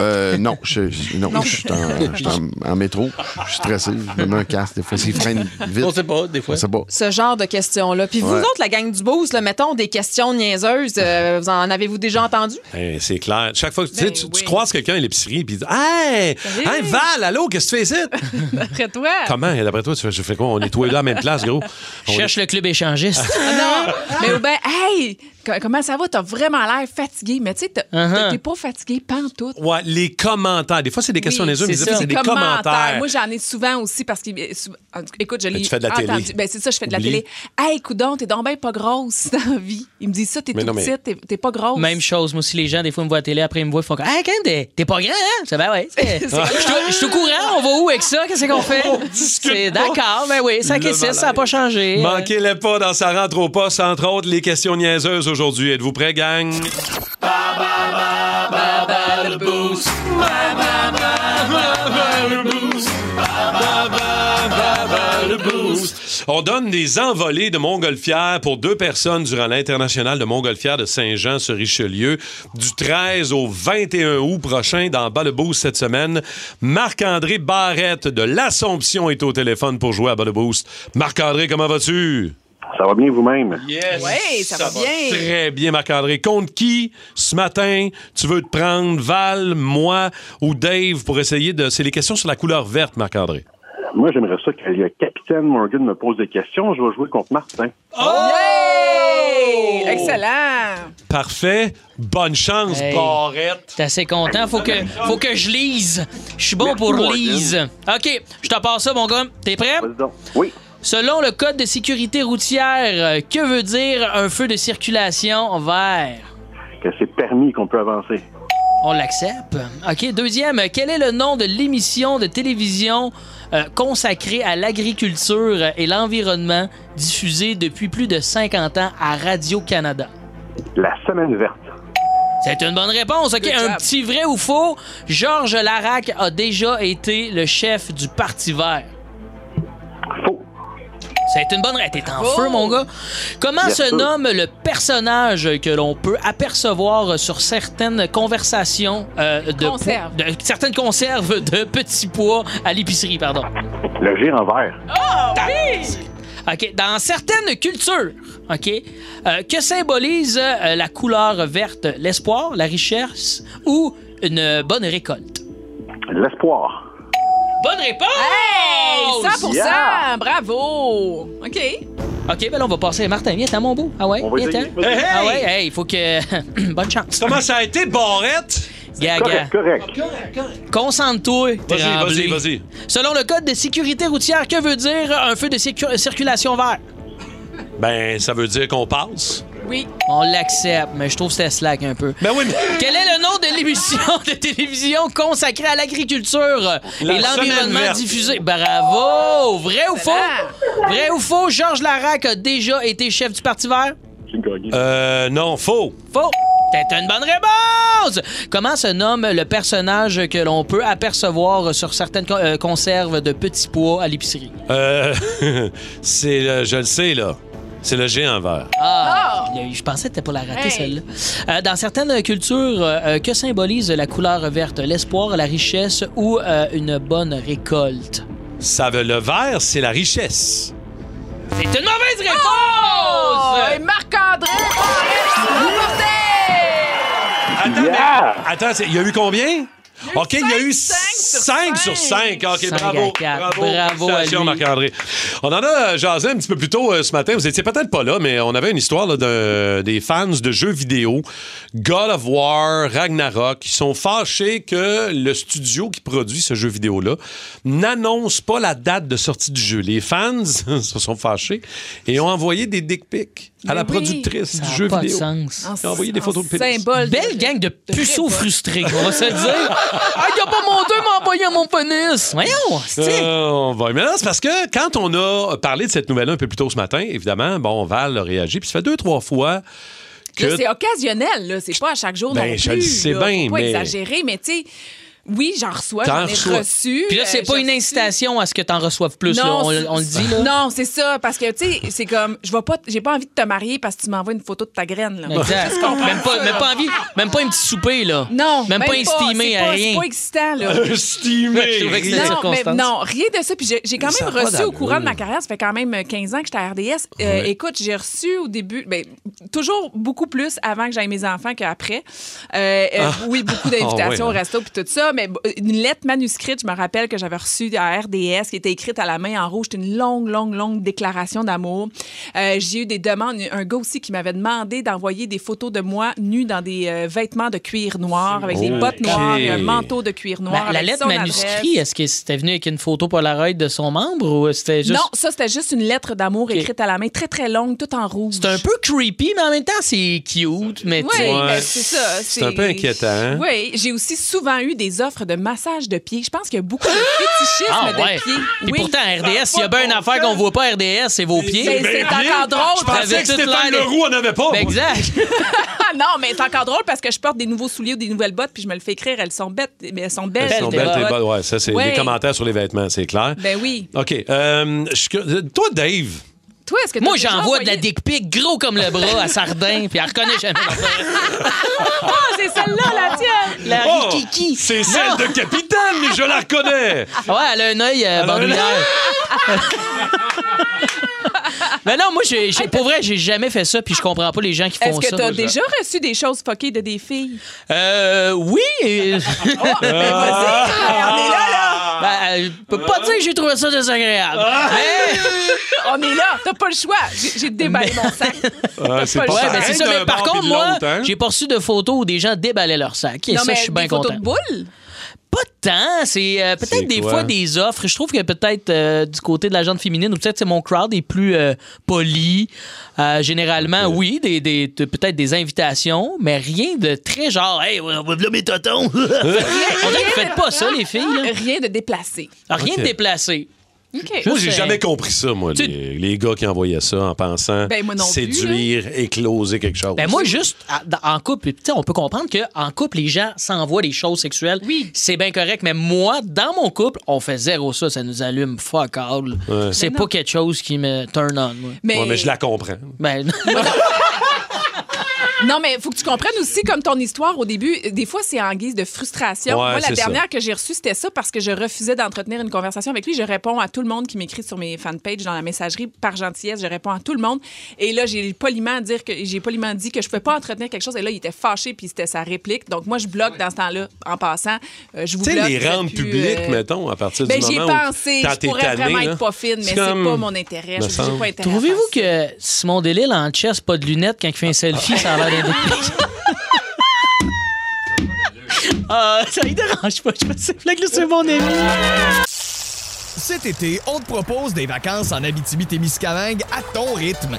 [SPEAKER 12] Euh, non, je, je- non,
[SPEAKER 13] Non.
[SPEAKER 12] je suis en, je suis en- en métro. Je suis stressé. Je me mets un casque. Des fois, c'est freine vite.
[SPEAKER 11] On sait
[SPEAKER 2] pas, des
[SPEAKER 12] fois. On sait pas.
[SPEAKER 11] Ce genre de questions-là. Puis vous
[SPEAKER 12] Ouais.
[SPEAKER 11] autres, la gang du boost, là, mettons des questions niaiseuses, euh, vous en avez-vous déjà entendu?
[SPEAKER 1] Hey, Ben, c'est clair. Chaque fois que tu, sais, tu, tu croises quelqu'un à l'épicerie, puis tu dis Hey,
[SPEAKER 11] Salut.
[SPEAKER 1] hey, Val, allô, qu'est-ce que tu fais ici?
[SPEAKER 3] D'après toi.
[SPEAKER 1] Comment? Et D'après toi, tu fais, je fais quoi? On est tous les deux à la même place, gros. On
[SPEAKER 2] Cherche le club échangiste.
[SPEAKER 11] Ah
[SPEAKER 3] non, mais ou ben, hey, co- comment ça va? T'as vraiment l'air fatigué, mais tu sais, t'as-
[SPEAKER 1] Uh-huh.
[SPEAKER 3] t'es pas fatigué pantoute.
[SPEAKER 1] Ouais, les commentaires. Des fois, c'est des questions des autres, mais des fois, c'est des commentaires.
[SPEAKER 3] Moi, j'en ai souvent aussi parce que. euh, sou- en tout cas, Écoute, je
[SPEAKER 1] Ben,
[SPEAKER 3] l'ai
[SPEAKER 1] tu fais de la
[SPEAKER 3] entendu.
[SPEAKER 1] télé.
[SPEAKER 3] Ben, c'est ça, je fais de la
[SPEAKER 1] Oublie.
[SPEAKER 3] télé. Hey, coudon, t'es donc ben pas grosse dans la vie. Il me dit ça, t'es
[SPEAKER 2] Mais
[SPEAKER 3] tout
[SPEAKER 2] non, mais-
[SPEAKER 3] petite, t'es- t'es pas grosse.
[SPEAKER 2] Même chose. Moi aussi, les gens, des fois, ils me voient à la télé, après, ils me voient, ils font comme, Hey, Ken, t'es- t'es pas grand, hein? Ça va, ouais. c'est- Je
[SPEAKER 3] C'est
[SPEAKER 2] suis
[SPEAKER 3] comme-
[SPEAKER 2] au- je suis au courant, on va où avec ça? Qu'est-ce qu'on fait? C'est d'accord, ben oui, 5 et
[SPEAKER 1] Le
[SPEAKER 2] 6, ça n'a pas changé.
[SPEAKER 1] Manquez-les pas dans sa rentre au poste, entre autres, les questions niaiseuses aujourd'hui. Êtes-vous prêts, gang? On donne des envolées de Montgolfière pour deux personnes durant l'international de Montgolfière de Saint-Jean-sur-Richelieu du 13 au 21 août prochain dans Bas-le-Boost cette semaine. Marc-André Barrette de l'Assomption est au téléphone pour jouer à Bas-le-Boost. Marc-André, comment vas-tu?
[SPEAKER 5] Ça va bien vous-même?
[SPEAKER 1] Yes!
[SPEAKER 3] Ouais, ça va bien.
[SPEAKER 1] Très bien, Marc-André. Contre qui, ce matin, tu veux te prendre? Val, moi ou Dave pour essayer de... C'est les questions sur la couleur verte, Marc-André.
[SPEAKER 5] Moi, j'aimerais ça que le capitaine Morgan me pose des questions. Je vais jouer contre Martin.
[SPEAKER 3] Hey! Excellent!
[SPEAKER 1] Parfait. Bonne chance,
[SPEAKER 2] Hey.
[SPEAKER 1] Barrette.
[SPEAKER 2] T'es assez content. Faut que, faut que je lise. Je suis bon pour
[SPEAKER 1] Morgan.
[SPEAKER 2] lise. OK, je te passe ça, mon gars. T'es prêt?
[SPEAKER 5] Oui.
[SPEAKER 2] Selon le Code de sécurité routière, euh, que veut dire un feu de circulation vert?
[SPEAKER 5] Que c'est permis qu'on peut avancer.
[SPEAKER 2] On l'accepte. OK, deuxième. Quel est le nom de l'émission de télévision euh, consacrée à l'agriculture et l'environnement diffusée depuis plus de 50 ans à Radio-Canada?
[SPEAKER 5] La semaine verte.
[SPEAKER 2] C'est une bonne réponse. OK,
[SPEAKER 5] Good
[SPEAKER 2] un
[SPEAKER 5] job.
[SPEAKER 2] petit vrai ou faux. Georges Larac a déjà été le chef du Parti vert. Faux. C'est une bonne réponse. T'es en
[SPEAKER 14] Faux.
[SPEAKER 2] feu, mon gars. Comment
[SPEAKER 14] Bien
[SPEAKER 2] se
[SPEAKER 14] sûr.
[SPEAKER 2] nomme le personnage que l'on peut apercevoir sur certaines conversations euh, de,
[SPEAKER 3] Conserve.
[SPEAKER 2] po- de- certaines conserves de petits pois à l'épicerie, pardon?
[SPEAKER 5] Le gire en vert.
[SPEAKER 2] Oh, OK, dans certaines cultures, OK, euh, que symbolise euh, la couleur verte, l'espoir, la richesse ou une bonne récolte?
[SPEAKER 5] L'espoir.
[SPEAKER 2] Bonne réponse!
[SPEAKER 3] Hey! 100
[SPEAKER 2] Yeah!
[SPEAKER 3] Bravo! OK.
[SPEAKER 2] OK, ben là, on va passer. Martin, viens, t'as mon beau. Ah ouais?
[SPEAKER 3] On va
[SPEAKER 2] viens,
[SPEAKER 3] essayer.
[SPEAKER 2] t'as.
[SPEAKER 3] Hey!
[SPEAKER 2] Ah ouais, hey, il faut que. Bonne chance.
[SPEAKER 1] Comment ça a été, Barrette?
[SPEAKER 2] Gaga.
[SPEAKER 5] correct.
[SPEAKER 2] Concentre-toi.
[SPEAKER 1] Vas-y, vas-y,
[SPEAKER 2] Tremblay.
[SPEAKER 1] vas-y.
[SPEAKER 2] Selon le code de sécurité routière, que veut dire un feu de circu- circulation vert?
[SPEAKER 1] Ben, ça veut dire qu'on passe.
[SPEAKER 2] Oui. On l'accepte, mais je trouve que c'était slack un peu.
[SPEAKER 1] Ben oui, mais...
[SPEAKER 2] Quel est le nom de l'émission de télévision consacrée à l'agriculture et
[SPEAKER 14] La Semaine
[SPEAKER 2] l'environnement
[SPEAKER 14] verte.
[SPEAKER 2] diffusé? Bravo! Vrai ou faux? Vrai ou faux? Georges Larac a déjà été chef du Parti vert?
[SPEAKER 1] Euh, non, faux.
[SPEAKER 2] Faux! C'est une bonne réponse! Comment se nomme le personnage que l'on peut apercevoir sur certaines con- euh, conserves de petits pois à l'épicerie?
[SPEAKER 1] Euh, c'est... le- je le sais, là. C'est le géant vert.
[SPEAKER 2] Ah! Je pensais que t'étais pour la rater, celle-là. Euh, dans certaines cultures, euh, euh, que symbolise la couleur verte? L'espoir, la richesse ou euh, une bonne récolte?
[SPEAKER 1] Ça veut le vert, c'est la richesse.
[SPEAKER 2] C'est une mauvaise réponse!
[SPEAKER 3] Oh, Et Marc-André Forest,
[SPEAKER 1] Attends, mais- attends, c'est- il y a eu combien? OK, il y a eu 5 sur 5. OK,
[SPEAKER 2] Cinq à
[SPEAKER 1] bravo.
[SPEAKER 2] quatre.
[SPEAKER 1] Bravo,
[SPEAKER 2] Bravo à
[SPEAKER 1] Félicitations,
[SPEAKER 2] lui.
[SPEAKER 1] Marc-André. On en a euh, jasé un petit peu plus tôt euh, ce matin. Vous étiez peut-être pas là, mais on avait une histoire là, d'un- des fans de jeux vidéo, God of War, Ragnarok, qui sont fâchés que le studio qui produit ce jeu vidéo-là n'annonce pas la date de sortie du jeu. Les fans se sont fâchés et ont envoyé des dick pics à
[SPEAKER 3] Mais
[SPEAKER 1] la
[SPEAKER 3] oui.
[SPEAKER 1] productrice
[SPEAKER 2] Ça
[SPEAKER 1] du
[SPEAKER 2] a
[SPEAKER 1] jeu
[SPEAKER 2] pas de
[SPEAKER 1] vidéo.
[SPEAKER 2] sens.
[SPEAKER 1] Ils ont envoyé des photos de pénis.
[SPEAKER 3] Symbole.
[SPEAKER 2] Belle gang de puceaux frustrés, on va se le dire.
[SPEAKER 3] Ah, y a pas mon deux m'a envoyé mon pénis!
[SPEAKER 2] Voyons!
[SPEAKER 1] Euh, on va. Mais non, c'est parce que quand on a parlé de cette nouvelle-là un peu plus tôt ce matin, évidemment, bon, Val a réagi, puis ça fait deux, trois fois que.
[SPEAKER 3] Là, c'est occasionnel, là. C'est pas à chaque jour
[SPEAKER 1] Ben,
[SPEAKER 3] non
[SPEAKER 1] je
[SPEAKER 3] plus,
[SPEAKER 1] le sais
[SPEAKER 3] là.
[SPEAKER 1] bien,
[SPEAKER 3] Faut pas
[SPEAKER 1] mais-
[SPEAKER 3] exagérer, mais tu sais, Oui, j'en reçois,
[SPEAKER 2] T'en
[SPEAKER 3] j'en ai
[SPEAKER 2] reçois.
[SPEAKER 3] reçu.
[SPEAKER 2] Puis là, c'est
[SPEAKER 3] Euh,
[SPEAKER 2] pas
[SPEAKER 3] j'ai
[SPEAKER 2] une
[SPEAKER 3] reçu-
[SPEAKER 2] incitation à ce que t'en reçoives plus, là. On,
[SPEAKER 3] c'est-
[SPEAKER 2] on le dit, là.
[SPEAKER 3] Non, c'est ça, parce que, tu sais, c'est comme, je vais pas, t- j'ai pas envie de te marier parce que tu m'envoies une photo de ta graine, là.
[SPEAKER 2] Exact.
[SPEAKER 3] Est-ce qu'on prend
[SPEAKER 2] Même pas,
[SPEAKER 3] ça,
[SPEAKER 2] même
[SPEAKER 3] là?
[SPEAKER 2] pas envie, même pas un petit souper, là.
[SPEAKER 3] Non,
[SPEAKER 2] Même, pas
[SPEAKER 3] c'est
[SPEAKER 2] estimé à
[SPEAKER 3] pas-
[SPEAKER 2] rien.
[SPEAKER 3] C'est pas excitant, là.
[SPEAKER 2] Un steamé, Je trouvais que c'était
[SPEAKER 3] non, mais
[SPEAKER 2] circonstance.
[SPEAKER 3] non, rien de ça. Puis j'ai j'ai quand
[SPEAKER 2] Ça
[SPEAKER 3] même
[SPEAKER 2] a pas
[SPEAKER 3] reçu au
[SPEAKER 2] d'allure.
[SPEAKER 3] courant de ma carrière, ça fait quand même 15 ans que j'étais à RDS. Euh,
[SPEAKER 2] Ouais.
[SPEAKER 3] Écoute, j'ai reçu au début, ben, toujours beaucoup plus avant que j'aille mes enfants qu'après. Euh, euh,
[SPEAKER 2] Ah.
[SPEAKER 3] Oui, beaucoup d'invitations
[SPEAKER 2] Ah
[SPEAKER 3] au
[SPEAKER 2] ouais.
[SPEAKER 3] resto puis tout ça, mais b- une lettre manuscrite, je me rappelle que j'avais reçue à RDS qui était écrite à la main en rouge. C'était une longue, longue, longue déclaration d'amour. Euh, j'ai eu des demandes. Un gars aussi qui m'avait demandé d'envoyer des photos de moi nue dans des euh, vêtements de cuir noir avec des
[SPEAKER 2] Ok.
[SPEAKER 3] bottes noires et un manteau de cuir
[SPEAKER 2] Ben,
[SPEAKER 3] noir.
[SPEAKER 2] la
[SPEAKER 3] avec
[SPEAKER 2] lettre
[SPEAKER 3] son adresse.
[SPEAKER 2] manuscrite, est-ce que c'était venu avec une photo Polaroid de son membre ou c'était juste.
[SPEAKER 3] Non, ça, c'était juste une lettre d'amour écrite à la main, très, très longue, tout en rouge.
[SPEAKER 2] C'est un peu creepy, mais en même temps, c'est cute. Mais
[SPEAKER 3] Oui,
[SPEAKER 2] tu sais.
[SPEAKER 3] ben, c'est ça.
[SPEAKER 1] C'est un peu inquiétant. hein?
[SPEAKER 3] Oui, j'ai aussi souvent eu des offres de massage de pieds. Je pense qu'il y a beaucoup de fétichisme
[SPEAKER 2] Ah
[SPEAKER 3] de
[SPEAKER 2] ouais.
[SPEAKER 3] pieds. Ah,
[SPEAKER 2] Et pourtant, à RDS, il y a bien une affaire qu'on voit pas à RDS, c'est vos pieds.
[SPEAKER 3] Ben, c'est encore drôle.
[SPEAKER 2] Vous avez tout l'air de- Ben, exact.
[SPEAKER 3] Ah non, mais c'est encore drôle parce que je porte des nouveaux souliers ou des nouvelles bottes, puis je me le fais écrire. Elles sont bêtes, mais elles sont belles.
[SPEAKER 1] Elles sont
[SPEAKER 3] tes
[SPEAKER 1] belles, tes
[SPEAKER 3] bottes.
[SPEAKER 1] bottes. Ouais, ça, c'est
[SPEAKER 3] Ouais.
[SPEAKER 1] les commentaires sur les vêtements, c'est clair.
[SPEAKER 3] Ben oui.
[SPEAKER 1] OK. euh, je suis curieux- toi, Dave.
[SPEAKER 3] Toi, est-ce que t'as
[SPEAKER 2] Moi,
[SPEAKER 3] déjà
[SPEAKER 2] j'envoie de la
[SPEAKER 3] envoyé-
[SPEAKER 2] dick pic gros comme le bras à Sardin, puis elle reconnaît jamais.
[SPEAKER 3] Ah, c'est celle-là, la tienne!
[SPEAKER 2] La
[SPEAKER 1] Oh,
[SPEAKER 2] rikiki.
[SPEAKER 1] C'est celle
[SPEAKER 2] Non.
[SPEAKER 1] de Capitaine, mais je la reconnais.
[SPEAKER 2] Ouais, elle a un œil euh, bandoulière. Mais non, moi, j'ai, j'ai- pour vrai, j'ai jamais fait ça, puis je comprends pas les gens qui font
[SPEAKER 3] Est-ce
[SPEAKER 2] ça.
[SPEAKER 3] que t'as déjà reçu des choses fuckées de des filles?
[SPEAKER 2] Euh, oui. euh,
[SPEAKER 3] Oh, ben,
[SPEAKER 1] Ah.
[SPEAKER 3] on est là, là!
[SPEAKER 2] ben, euh, je peux pas dire que j'ai trouvé ça désagréable. Mais-
[SPEAKER 3] Ah! On est là! T'as pas le choix! J'ai j'ai déballé mon sac.
[SPEAKER 1] Ah,
[SPEAKER 2] euh, Ouais,
[SPEAKER 1] pas
[SPEAKER 2] mais
[SPEAKER 1] pareil
[SPEAKER 2] c'est ça.
[SPEAKER 1] d'un
[SPEAKER 2] Mais par
[SPEAKER 1] bord puis
[SPEAKER 2] contre,
[SPEAKER 1] de
[SPEAKER 2] moi,
[SPEAKER 1] l'autre, hein?
[SPEAKER 2] j'ai pas reçu de photos où des gens déballaient leur sac. Et
[SPEAKER 3] non,
[SPEAKER 2] ça,
[SPEAKER 3] mais
[SPEAKER 2] je suis bien
[SPEAKER 3] des
[SPEAKER 2] content.
[SPEAKER 3] photos de boules?
[SPEAKER 2] Pas tant. C'est euh, peut-être
[SPEAKER 1] C'est
[SPEAKER 2] des
[SPEAKER 1] quoi?
[SPEAKER 2] fois des offres. Je trouve que peut-être euh, du côté de la gente féminine, ou peut-être c'est mon crowd est plus euh, poli. Euh, généralement, oui, des, des- de- peut-être des invitations, mais rien de très genre, hey, on va de là mes totons. On dirait que vous faites pas ça, les filles. là.
[SPEAKER 3] Rien de déplacé.
[SPEAKER 2] Ah, rien
[SPEAKER 1] Ok.
[SPEAKER 2] de déplacé.
[SPEAKER 3] OK.
[SPEAKER 1] Moi, j'ai
[SPEAKER 2] Juste,
[SPEAKER 1] jamais
[SPEAKER 2] euh,
[SPEAKER 1] compris ça, moi,
[SPEAKER 2] tu-
[SPEAKER 1] les, les gars qui envoyaient ça en pensant
[SPEAKER 3] Ben, moi non plus,
[SPEAKER 1] séduire, écloser quelque chose.
[SPEAKER 2] Ben moi, juste à- dans- en couple, puis, tu sais, on peut comprendre qu'en couple, les gens s'envoient des choses sexuelles. Oui. C'est bien correct, mais moi, dans mon couple, on fait zéro ça. Ça nous allume fuck all. C'est
[SPEAKER 3] Mais
[SPEAKER 2] pas
[SPEAKER 3] non.
[SPEAKER 2] quelque chose qui me turn on. Moi.
[SPEAKER 3] Mais...
[SPEAKER 1] Ouais, mais je la comprends.
[SPEAKER 2] Ben,
[SPEAKER 3] Non, mais faut que tu comprennes aussi, comme ton histoire au début, euh, des fois, c'est en guise de frustration.
[SPEAKER 1] Ouais,
[SPEAKER 3] Moi, la
[SPEAKER 1] c'est ça.
[SPEAKER 3] dernière que j'ai reçue, c'était ça parce que je refusais d'entretenir une conversation avec lui. Je réponds à tout le monde qui m'écrit sur mes fanpages dans la messagerie par gentillesse. Je réponds à tout le monde. Et là, j'ai poliment, à dire que, j'ai poliment dit que je ne pouvais pas entretenir quelque chose. Et là, il était fâché puis c'était sa réplique. Donc, moi, je bloque dans ce temps-là. En passant, Euh, je vous
[SPEAKER 1] Tu sais,
[SPEAKER 3] bloque.
[SPEAKER 1] les
[SPEAKER 3] vous êtes
[SPEAKER 1] rendre
[SPEAKER 3] plus,
[SPEAKER 1] publics,
[SPEAKER 3] euh,
[SPEAKER 1] mettons, à partir
[SPEAKER 3] Ben,
[SPEAKER 1] du
[SPEAKER 3] j'y ai
[SPEAKER 1] moment
[SPEAKER 3] pensé.
[SPEAKER 1] où quand
[SPEAKER 3] Je
[SPEAKER 1] t'es
[SPEAKER 3] pourrais
[SPEAKER 1] tanné,
[SPEAKER 3] vraiment
[SPEAKER 1] là.
[SPEAKER 3] être pas fine, mais c'est
[SPEAKER 1] comme-
[SPEAKER 3] pas mon intérêt.
[SPEAKER 1] me
[SPEAKER 3] Je- j'ai
[SPEAKER 1] semble.
[SPEAKER 3] pas intérêt à faire
[SPEAKER 2] Trouvez-vous que Simon Delille en chess, pas de lunettes, quand il fait un selfie, ça a l'air d'un Ah, ça ne dérange pas. Je me suis que c'est mon ami.
[SPEAKER 4] Cet été, on te propose des vacances en Abitibi-Témiscamingue à ton rythme.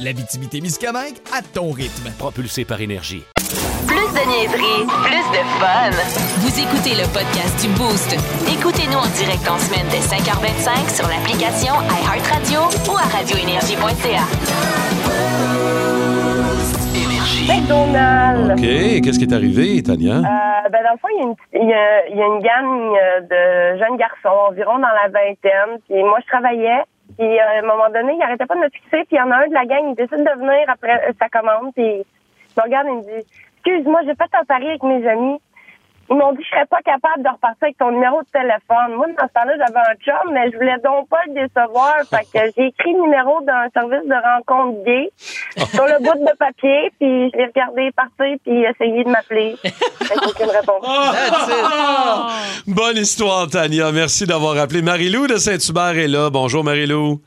[SPEAKER 4] L'Abitibi-Témiscamingue à ton rythme.
[SPEAKER 13] Propulsé par énergie.
[SPEAKER 6] Plus de niaiserie, plus de fun. Vous écoutez le podcast du Boost. Écoutez-nous en direct en semaine dès 5h25 sur l'application iHeartRadio ou à radioénergie.ca.
[SPEAKER 14] McDonald's.
[SPEAKER 1] OK, qu'est-ce qui est arrivé, Tania?
[SPEAKER 14] Euh, ben dans le fond, il y, a une, petite- il y a- il y a une gang euh, de jeunes garçons, environ dans la vingtaine. Puis moi, je travaillais. Puis euh, à un moment donné, ils arrêtaient pas de me fixer. Puis il y en a un de la gang, il décide de venir après euh, sa commande. Puis il me regarde et me dit Excuse-moi, j'ai fait un pari avec mes amis. Ils m'ont dit que je serais pas capable de repartir avec ton numéro de téléphone. Moi, dans ce temps-là, j'avais un chum, mais je voulais donc pas le décevoir. Fait que j'ai écrit le numéro d'un service de rencontre gay sur le bout de papier, puis je l'ai regardé partir, puis essayer de m'appeler. Avec aucune réponse.
[SPEAKER 1] Bonne histoire, Tania. Merci d'avoir appelé. Marie-Lou de Saint-Hubert est là. Bonjour, Marie-Lou.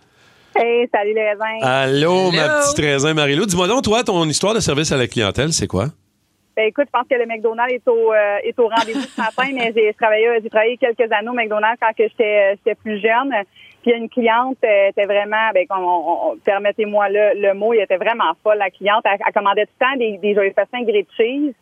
[SPEAKER 15] Hey, salut les raisins.
[SPEAKER 1] Allô, ma
[SPEAKER 15] Hello.
[SPEAKER 1] petite raisin, Marie-Lou. Dis-moi donc, toi, ton histoire de service à la clientèle, c'est quoi?
[SPEAKER 15] Ben, écoute, je pense que le McDonald's est au, euh, est au rendez-vous ce matin, mais j'ai travaillé, j'ai travaillé quelques années au McDonald's quand que j'étais, euh, j'étais plus jeune. Puis il y a une cliente euh, était vraiment, ben, qu'on- on- on- permettez-moi le, le mot, il était vraiment folle, la cliente. Elle, elle commandait tout le temps des, des joyeux façons grilled cheese.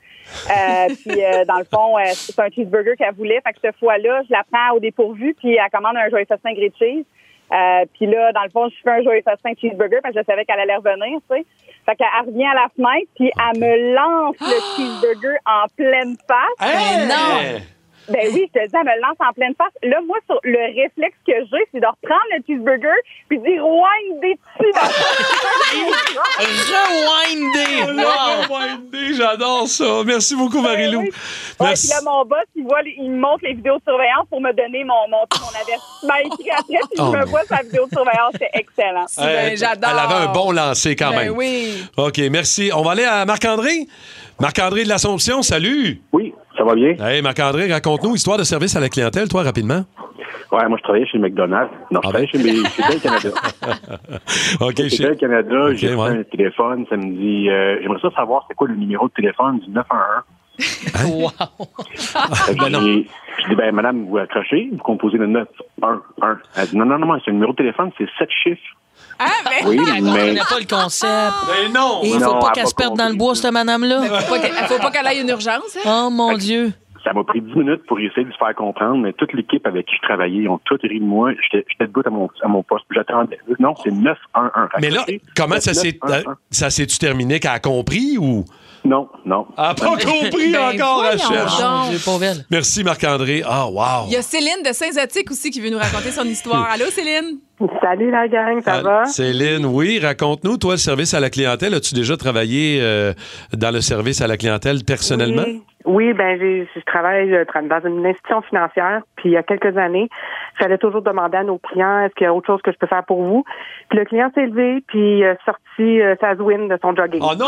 [SPEAKER 15] Euh, puis euh, dans le fond, euh, c'est un cheeseburger qu'elle voulait. Fait que cette fois-là, je la prends au dépourvu, puis elle commande un joyeux façon grilled cheese. Euh, puis là, dans le fond, je fais un joyeux festin cheeseburger parce que je savais qu'elle allait revenir, tu sais. Fait qu'elle revient à la fenêtre, puis elle me lance le cheeseburger en pleine face.
[SPEAKER 2] Hey! Ah! Ben non!
[SPEAKER 15] Ben oui, je te dis, elle me lance en pleine face. Là, moi, sur le réflexe que j'ai, c'est de reprendre le cheeseburger puis dire « Rewind des
[SPEAKER 2] Rewindé! Wow!
[SPEAKER 1] Rewindé, j'adore ça. Merci beaucoup, Marie-Lou.
[SPEAKER 15] Ben Ouais,
[SPEAKER 1] Merci.
[SPEAKER 15] puis là, mon boss, il voit, il me montre les vidéos de surveillance pour me donner mon, mon, mon avertissement écrit après, puis je
[SPEAKER 1] Oh,
[SPEAKER 15] me
[SPEAKER 1] mais-
[SPEAKER 15] vois sa vidéo de surveillance. C'est excellent.
[SPEAKER 3] ben,
[SPEAKER 1] Euh, Elle avait un bon lancer quand
[SPEAKER 15] Ben
[SPEAKER 1] même.
[SPEAKER 15] oui.
[SPEAKER 1] OK, merci. On va aller à Marc-André. Marc-André de l'Assomption, salut.
[SPEAKER 5] Oui, ça va bien.
[SPEAKER 1] Hey, Marc-André, raconte-nous histoire de service à la clientèle, toi, rapidement.
[SPEAKER 5] Ouais, moi, je travaillais chez McDonald's. Non, je travaillais chez, mes, chez Bell Canada.
[SPEAKER 1] Ah ben. OK,
[SPEAKER 5] chez
[SPEAKER 1] chez-
[SPEAKER 5] Bell Canada,
[SPEAKER 1] OK,
[SPEAKER 5] j'ai pris
[SPEAKER 1] ouais.
[SPEAKER 5] un téléphone. Ça me dit, euh, j'aimerais ça savoir c'est quoi le numéro de téléphone du 911.
[SPEAKER 2] Wow!
[SPEAKER 5] Fait que j'ai- Je dis, ben, madame, vous accrochez, vous composez le 911. Elle dit, non, non, non, non, c'est un numéro de téléphone, c'est 7 chiffres.
[SPEAKER 3] Ah,
[SPEAKER 5] ben, Oui,
[SPEAKER 2] elle
[SPEAKER 5] mais-
[SPEAKER 2] comprenait pas le concept.
[SPEAKER 1] Mais non!
[SPEAKER 2] Il faut
[SPEAKER 5] Non,
[SPEAKER 2] pas
[SPEAKER 5] elle
[SPEAKER 2] qu'elle
[SPEAKER 5] a
[SPEAKER 2] se perde dans le bois, cette madame-là.
[SPEAKER 3] Faut pas qu'elle- faut pas qu'elle aille une urgence. hein?
[SPEAKER 2] Oh mon Dieu.
[SPEAKER 5] Ça m'a pris 10 minutes pour essayer de se faire comprendre, mais toute l'équipe avec qui je travaillais, ils ont tous ri de moi. J'étais j'étais debout à mon, à mon poste. J'attendais. Non, c'est 911.
[SPEAKER 1] Mais là,
[SPEAKER 5] Accrochez,
[SPEAKER 1] comment ça
[SPEAKER 5] 911.
[SPEAKER 1] s'est euh, ça s'est-tu terminé qu'elle a compris ou
[SPEAKER 5] Non, non.
[SPEAKER 1] Ah, pas compris
[SPEAKER 3] Ben,
[SPEAKER 1] encore,
[SPEAKER 3] voyons
[SPEAKER 1] Rachel.
[SPEAKER 3] donc.
[SPEAKER 2] Oh mon Dieu, pauvre elle.
[SPEAKER 1] Merci Marc-André. Ah wow.
[SPEAKER 3] Il y a Céline de Saint-Zotique aussi qui veut nous raconter son histoire. Allô, Céline?
[SPEAKER 10] Salut la gang, ça
[SPEAKER 1] Ah,
[SPEAKER 10] va?
[SPEAKER 1] Céline, oui, raconte-nous toi le service à la clientèle, as-tu déjà travaillé euh, dans le service à la clientèle personnellement
[SPEAKER 10] Oui. Oui, ben j'ai- je travaille euh, tra- dans une institution financière. Puis il y a quelques années, il fallait toujours demander à nos clients est-ce qu'il y a autre chose que je peux faire pour vous. Puis le client s'est levé puis euh, sorti euh, sa Zwin de son jogging.
[SPEAKER 1] Oh non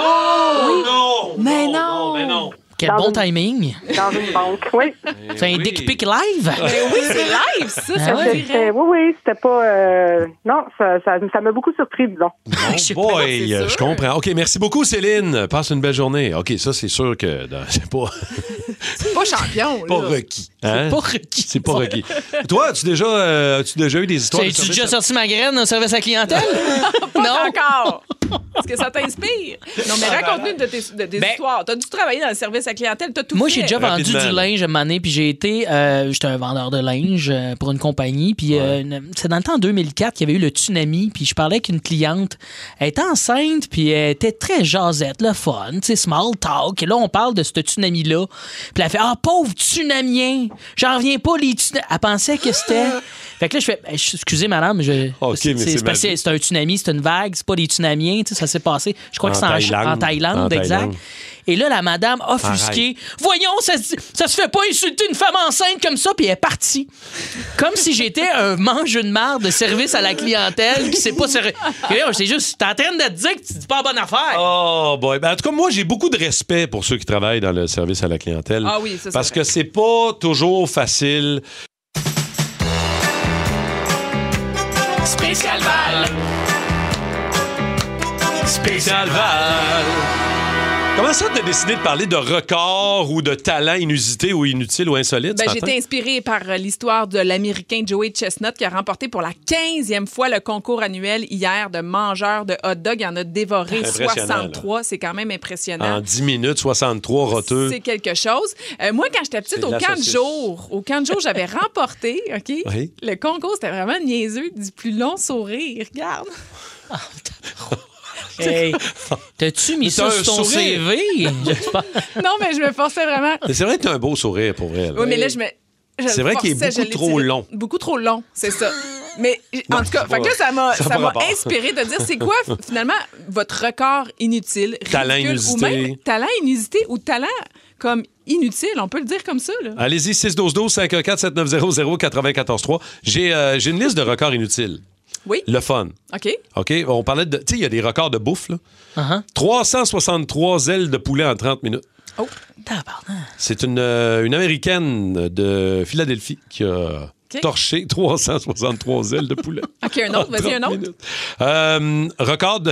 [SPEAKER 10] Oui.
[SPEAKER 1] non
[SPEAKER 10] Mais
[SPEAKER 1] non, mais non.
[SPEAKER 2] Quel
[SPEAKER 10] Dans
[SPEAKER 2] bon
[SPEAKER 10] une-
[SPEAKER 2] timing.
[SPEAKER 10] Dans une banque, oui.
[SPEAKER 2] C'est un dick pic live.
[SPEAKER 3] Eh Ben oui, c'est live, ça, ça
[SPEAKER 2] Ah ouais?
[SPEAKER 3] me
[SPEAKER 10] C'était-
[SPEAKER 3] dirait.
[SPEAKER 10] oui, oui, c'était pas. euh, non, ça ça- ça m'a beaucoup surpris, disons.
[SPEAKER 3] Ah,
[SPEAKER 1] Oh boy, je comprends. OK, merci beaucoup Céline. Passe une belle journée. OK, ça c'est sûr que dans- c'est pas
[SPEAKER 3] C'est pas champion, là.
[SPEAKER 1] pas requis. hein?
[SPEAKER 2] pas requis.
[SPEAKER 1] C'est pas requis. Toi, as-tu déjà euh, as-tu déjà eu des histoires de
[SPEAKER 2] As-tu
[SPEAKER 1] service
[SPEAKER 2] déjà sorti ma graine au service à la clientèle?
[SPEAKER 3] Pas encore. Est-ce que ça t'inspire? Non, mais raconte-nous une de tes, de tes
[SPEAKER 2] Ben-
[SPEAKER 3] histoires. T'as dû travailler dans le service à clientèle, t'as tout
[SPEAKER 2] Moi,
[SPEAKER 3] fait.
[SPEAKER 2] j'ai déjà vendu
[SPEAKER 1] Rapidement,
[SPEAKER 2] du
[SPEAKER 1] là.
[SPEAKER 2] linge à un moment donné, puis j'ai été. euh, J'étais un vendeur de linge euh, pour une compagnie. Puis euh, une- c'est dans le temps 2004 qu'il y avait eu le tsunami. Puis je parlais avec une cliente. Elle était enceinte, puis elle était très jasette, le fun, tu sais, small talk. Et là, on parle de ce tsunami-là. Puis elle fait Ah, pauvre tsunamien, j'en reviens pas, les tsunamis. Elle pensait que c'était. fait que là, je fais Ben, Excusez, madame, je.
[SPEAKER 1] OK, mais c'est
[SPEAKER 2] parce que
[SPEAKER 1] magique.
[SPEAKER 2] c'est un tsunami, c'est une vague, c'est pas des tsunamiens, tu sais, ça s'est passé. Je crois
[SPEAKER 1] En
[SPEAKER 2] que c'est en,
[SPEAKER 1] Thaïlande.
[SPEAKER 2] en Thaïlande,
[SPEAKER 1] En
[SPEAKER 2] exact.
[SPEAKER 1] Thaïlande.
[SPEAKER 2] Et là, la madame offusquée, voyons, ça, se- ça se fait pas insulter une femme enceinte comme ça, puis elle est partie. Comme si j'étais un mange de marre de service à la clientèle qui sait pas se. re- Et là, C'est juste, t'es en train de te dire que tu dis pas bonne affaire.
[SPEAKER 1] Oh boy. Ben, en tout cas, moi, j'ai beaucoup de respect pour ceux qui travaillent dans le service à la clientèle.
[SPEAKER 3] Ah oui, ça, c'est
[SPEAKER 1] Parce
[SPEAKER 3] vrai.
[SPEAKER 1] que c'est pas toujours facile.
[SPEAKER 2] Spécial Val.
[SPEAKER 1] Spécial Val. Comment ça, t'as décidé de parler de record ou de talent inusité ou inutile ou insolite?
[SPEAKER 3] Ben,
[SPEAKER 1] ce
[SPEAKER 3] j'ai
[SPEAKER 1] matin?
[SPEAKER 3] été inspirée par euh, l'histoire de l'Américain Joey Chestnut qui a remporté pour la 15e fois le concours annuel hier de mangeurs de hot dog. Il en a dévoré
[SPEAKER 1] Impressionnant,
[SPEAKER 3] 63. C'est quand même impressionnant.
[SPEAKER 1] En 10 minutes, 63 roteux.
[SPEAKER 3] C'est quelque chose. Euh, moi, quand j'étais petite,
[SPEAKER 1] C'est de
[SPEAKER 3] au
[SPEAKER 1] la
[SPEAKER 3] camp de
[SPEAKER 1] saucisse.
[SPEAKER 3] jour, au camp de jour, j'avais remporté, OK?
[SPEAKER 1] Oui.
[SPEAKER 3] Le concours, c'était vraiment niaiseux du plus long sourire. Regarde.
[SPEAKER 2] Hey, t'as-tu mis
[SPEAKER 1] Mais
[SPEAKER 2] ça
[SPEAKER 1] t'as
[SPEAKER 2] sur
[SPEAKER 1] un
[SPEAKER 2] ton
[SPEAKER 1] sourire.
[SPEAKER 2] CV? J'espère.
[SPEAKER 3] Non, mais je me forçais vraiment.
[SPEAKER 1] Mais C'est vrai que t'as un beau sourire pour elle.
[SPEAKER 3] Oui, mais là, je me. je
[SPEAKER 1] C'est
[SPEAKER 3] le
[SPEAKER 1] vrai qu'il est
[SPEAKER 3] forçais, je
[SPEAKER 1] beaucoup
[SPEAKER 3] l'ai
[SPEAKER 1] trop
[SPEAKER 3] tiré.
[SPEAKER 1] long.
[SPEAKER 3] Beaucoup trop long, c'est ça. Mais en
[SPEAKER 1] Non,
[SPEAKER 3] tout cas,
[SPEAKER 1] c'est pas-
[SPEAKER 3] fait que là, ça m'a
[SPEAKER 1] ça a
[SPEAKER 3] ça
[SPEAKER 1] pas
[SPEAKER 3] m'a
[SPEAKER 1] rapport.
[SPEAKER 3] inspiré de dire c'est quoi f- finalement votre record inutile, ridicule,
[SPEAKER 1] Talent
[SPEAKER 3] ou
[SPEAKER 1] inusité.
[SPEAKER 3] même talent inusité ou talent comme inutile, on peut le dire comme ça là.
[SPEAKER 1] Allez-y, 612-12-514-7900-943. J'ai euh, j'ai une liste de records inutiles.
[SPEAKER 3] Oui.
[SPEAKER 1] Le fun.
[SPEAKER 3] OK.
[SPEAKER 1] OK? On parlait de. Tu sais, il y a des records de bouffe, là.
[SPEAKER 2] Uh-huh.
[SPEAKER 1] 363 ailes de poulet en 30 minutes.
[SPEAKER 3] Oh,
[SPEAKER 2] Tabarnak.
[SPEAKER 1] C'est une, euh, une Américaine de Philadelphie qui a
[SPEAKER 3] OK.
[SPEAKER 1] torché 363 ailes de poulet.
[SPEAKER 3] OK, un autre,
[SPEAKER 1] en
[SPEAKER 3] vas-y
[SPEAKER 1] 30
[SPEAKER 3] un autre.
[SPEAKER 1] minutes. Euh, record, de,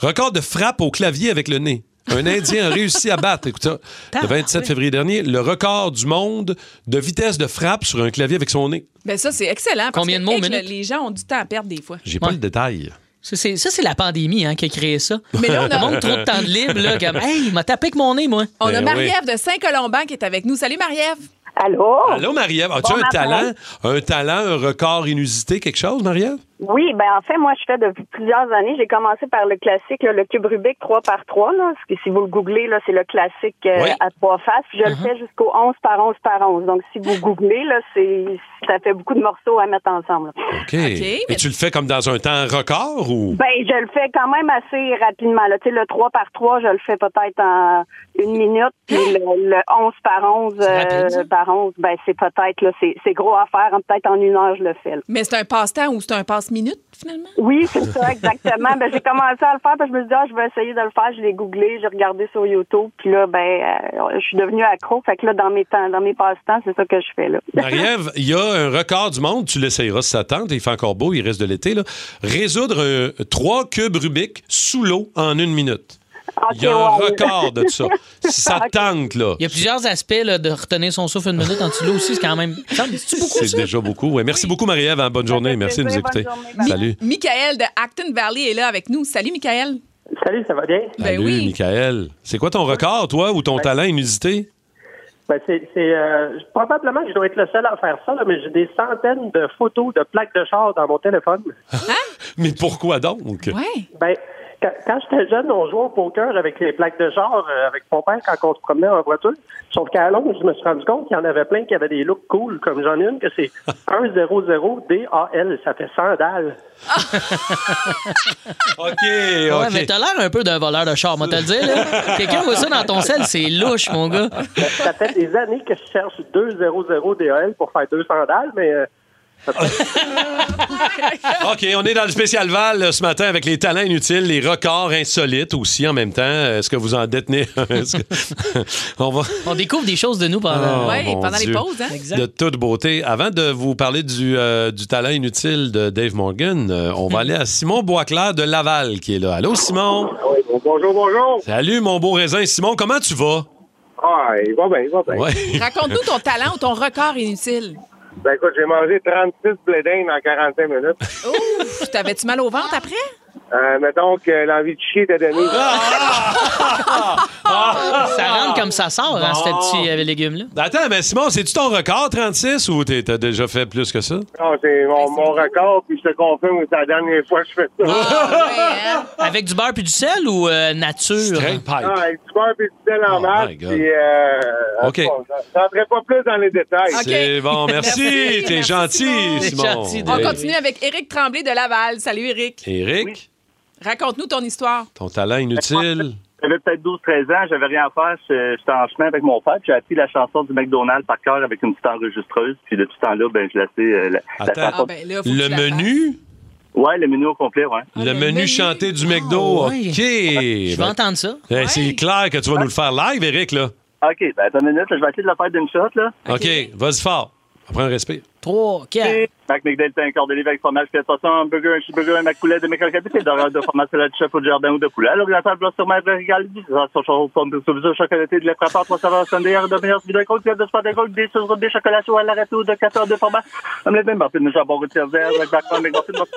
[SPEAKER 1] record de frappe au clavier avec le nez. Un Indien a réussi à battre, écoute ça, le 27 février dernier, le record du monde de vitesse de frappe sur un clavier avec son nez.
[SPEAKER 3] Ben ça, c'est excellent. parce
[SPEAKER 2] Combien de
[SPEAKER 3] que,
[SPEAKER 2] mots
[SPEAKER 3] hey, que
[SPEAKER 2] minute?
[SPEAKER 3] Les gens ont du temps à perdre des fois.
[SPEAKER 1] J'ai pas le détail.
[SPEAKER 2] Ça, c'est ça, c'est la pandémie hein, qui a créé ça.
[SPEAKER 3] Mais là, on a-
[SPEAKER 2] Le monde trop de temps de libre, là, comme, hey, il m'a tapé avec mon nez, moi.
[SPEAKER 3] On
[SPEAKER 1] Ben
[SPEAKER 3] a Marie-Ève de Saint-Colomban qui est avec nous. Salut Marie-Ève.
[SPEAKER 9] Allô?
[SPEAKER 1] Allô, Marie-Ève, as-tu
[SPEAKER 9] Bon
[SPEAKER 1] un
[SPEAKER 9] matin.
[SPEAKER 1] talent, un talent, un record inusité, quelque chose, Marie-Ève?
[SPEAKER 9] Oui, ben en fait, moi, je fais depuis plusieurs années. J'ai commencé par le classique, là, le cube Rubik 3 par 3 là, parce que si vous le googlez, là, c'est le classique euh,
[SPEAKER 1] Oui.
[SPEAKER 9] à trois faces. Puis je le fais jusqu'au 11 par 11 par 11. Donc, si vous googlez, là, c'est ça fait beaucoup de morceaux à mettre ensemble. là.
[SPEAKER 1] OK. Et tu le fais comme dans un temps record ou?
[SPEAKER 9] Ben, je le fais quand même assez rapidement. Là. Tu sais, le 3 par 3, je le fais peut-être en une minute. Puis le, le 11 par 11
[SPEAKER 3] rapide, ça.
[SPEAKER 9] par 11, ben, c'est peut-être, là, c'est c'est gros à faire. hein. Peut-être en une heure, je le fais. là.
[SPEAKER 3] Mais c'est un passe-temps ou c'est un passe-minute, finalement?
[SPEAKER 9] Oui, c'est ça, exactement. ben, j'ai commencé à le faire, parce que je me suis dit, ah, je vais essayer de le faire. Je l'ai googlé, j'ai regardé sur YouTube. Puis là, ben, euh, je suis devenue accro. Fait que là, dans mes temps, dans mes passe-temps, c'est ça que je fais, là.
[SPEAKER 1] Marie-Ève, il y a un record du monde, tu l'essayeras si ça te tente, il fait encore beau, il reste de l'été, là. Résoudre euh, trois cubes Rubik sous l'eau en une minute. Il y a un
[SPEAKER 2] wow.
[SPEAKER 1] record de ça. Si ça te tente, là.
[SPEAKER 2] Il y a plusieurs aspects là, de retenir son souffle une minute en dessous de l'eau aussi, c'est quand même. C'est beaucoup,
[SPEAKER 1] C'est
[SPEAKER 2] ça?
[SPEAKER 1] déjà beaucoup. Ouais. Merci beaucoup, Marie-Ève. hein. Bonne journée. Merci de nous
[SPEAKER 3] plaisir.
[SPEAKER 1] écouter.
[SPEAKER 3] Bonne journée.
[SPEAKER 1] Salut.
[SPEAKER 3] Michael de Acton Valley est là avec nous. Salut Michael.
[SPEAKER 13] Salut, ça va bien?
[SPEAKER 1] Salut, Michael. C'est quoi ton record, toi, ou ton talent inusité?
[SPEAKER 13] Ben, c'est, c'est, euh, probablement que je dois être le seul à faire ça, là, mais j'ai des centaines de photos de plaques de char dans mon téléphone.
[SPEAKER 1] Mais pourquoi donc?
[SPEAKER 13] Ben, quand, quand j'étais jeune, on jouait au poker avec les plaques de char euh, avec mon père quand on se promenait en voiture. Sauf qu'à Londres, je me suis rendu compte qu'il y en avait plein qui avaient des looks cool, comme j'en ai une, que c'est 100DAL. Ça fait 100 dalles.
[SPEAKER 1] OK,
[SPEAKER 2] Ouais,
[SPEAKER 1] OK.
[SPEAKER 2] mais t'as l'air un peu d'un voleur de char, moi, te le dire. là. Quelqu'un voit ça dans ton sel, c'est louche, mon gars.
[SPEAKER 13] Ça fait des années que je cherche 200DAL pour faire 200 dalles, mais... euh, ça fait-
[SPEAKER 1] OK, on est dans le spécial Val euh, ce matin avec les talents inutiles, les records insolites aussi en même temps. Euh, Est-ce que vous en détenez? un? Est-ce que- on va...
[SPEAKER 2] On découvre des choses de nous pendant, hein?
[SPEAKER 1] Oh, mon Dieu. De toute beauté. Avant de vous parler du, euh, du talent inutile de Dave Morgan, euh, on
[SPEAKER 2] Hmm.
[SPEAKER 1] va aller à Simon Boisclair de Laval qui est là. Allô, Simon?
[SPEAKER 16] Ah Bonjour, bonjour.
[SPEAKER 1] Salut, mon beau raisin. Simon, comment tu vas?
[SPEAKER 16] Ah, il va bien, il va bien.
[SPEAKER 1] Ouais.
[SPEAKER 3] Raconte-nous ton talent ou ton record inutile.
[SPEAKER 16] Ben écoute, j'ai mangé 36 blé d'Inde en 45 minutes.
[SPEAKER 3] Ouf, t'avais-tu mal au ventre après?
[SPEAKER 16] Euh, mettons que l'envie de chier était donnée.
[SPEAKER 1] Ah,
[SPEAKER 2] Ah! Ça rentre comme ça sort, hein,
[SPEAKER 1] Bon.
[SPEAKER 2] ce petit euh, légume-là.
[SPEAKER 1] Attends, mais Simon, c'est-tu ton record, 36, ou t'es- t'as déjà fait plus que ça?
[SPEAKER 16] Non, c'est
[SPEAKER 1] Ben,
[SPEAKER 16] mon, mon record, puis je te confirme que c'est la dernière fois que je fais
[SPEAKER 1] Ah,
[SPEAKER 16] ça. Ah,
[SPEAKER 1] hein.
[SPEAKER 2] Avec du beurre puis du sel ou euh, nature?
[SPEAKER 16] Ah, avec du beurre et du sel
[SPEAKER 1] Oh,
[SPEAKER 16] en masse,
[SPEAKER 2] God.
[SPEAKER 16] puis... Euh,
[SPEAKER 2] OK.
[SPEAKER 16] bon, Je rentrerai pas plus dans les détails.
[SPEAKER 1] C'est bon, merci. T'es gentil,
[SPEAKER 2] T'es
[SPEAKER 1] Simon.
[SPEAKER 2] gentil,
[SPEAKER 3] On
[SPEAKER 1] Oui.
[SPEAKER 3] continue avec Éric Tremblay de Laval. Salut Éric.
[SPEAKER 1] Éric,
[SPEAKER 3] Raconte-nous ton histoire.
[SPEAKER 1] ton talent inutile.
[SPEAKER 17] J'avais peut-être 12-13 ans, j'avais rien à faire, je- j'étais en chemin avec mon père, puis j'ai appris la chanson du McDonald's par cœur avec une petite enregistreuse, puis depuis ce temps-là, ben, je la sais, euh, la, la
[SPEAKER 1] Attends.
[SPEAKER 17] chanson.
[SPEAKER 1] Ah, ben là, faut que Le tu la menu?
[SPEAKER 17] Ouais, le menu au complet, ouais.
[SPEAKER 1] le menu, chanté du McDo.
[SPEAKER 17] ouais.
[SPEAKER 1] OK. Je
[SPEAKER 17] vais entendre ça.
[SPEAKER 1] C'est clair que tu vas nous le faire live, Éric, là.
[SPEAKER 17] OK, ben, attends une minute, là, je vais essayer de la faire d'une shot, là.
[SPEAKER 1] OK, vas-y fort. On prend un respire.
[SPEAKER 2] 3, 4.
[SPEAKER 17] Mac McDale, c'est un cordelier avec fromage, pièce poisson, un burger, un cheeseburger, un McCoulet, de McCarcapit, et dorade de fromage, salade de chef au jardin ou de poulet. Alors, la table sur ma régalée, sauce au pomme, de sauce chocolaté, de la prépare, trois saveurs, sundae, heures de meilleure, de côte, de sport de côte, des sauces rouges, des chocolats chauds à la râteau, de 14 de format. Omelette, même morceau de jambon, routier vert, avec bacon, avec morceau de morceau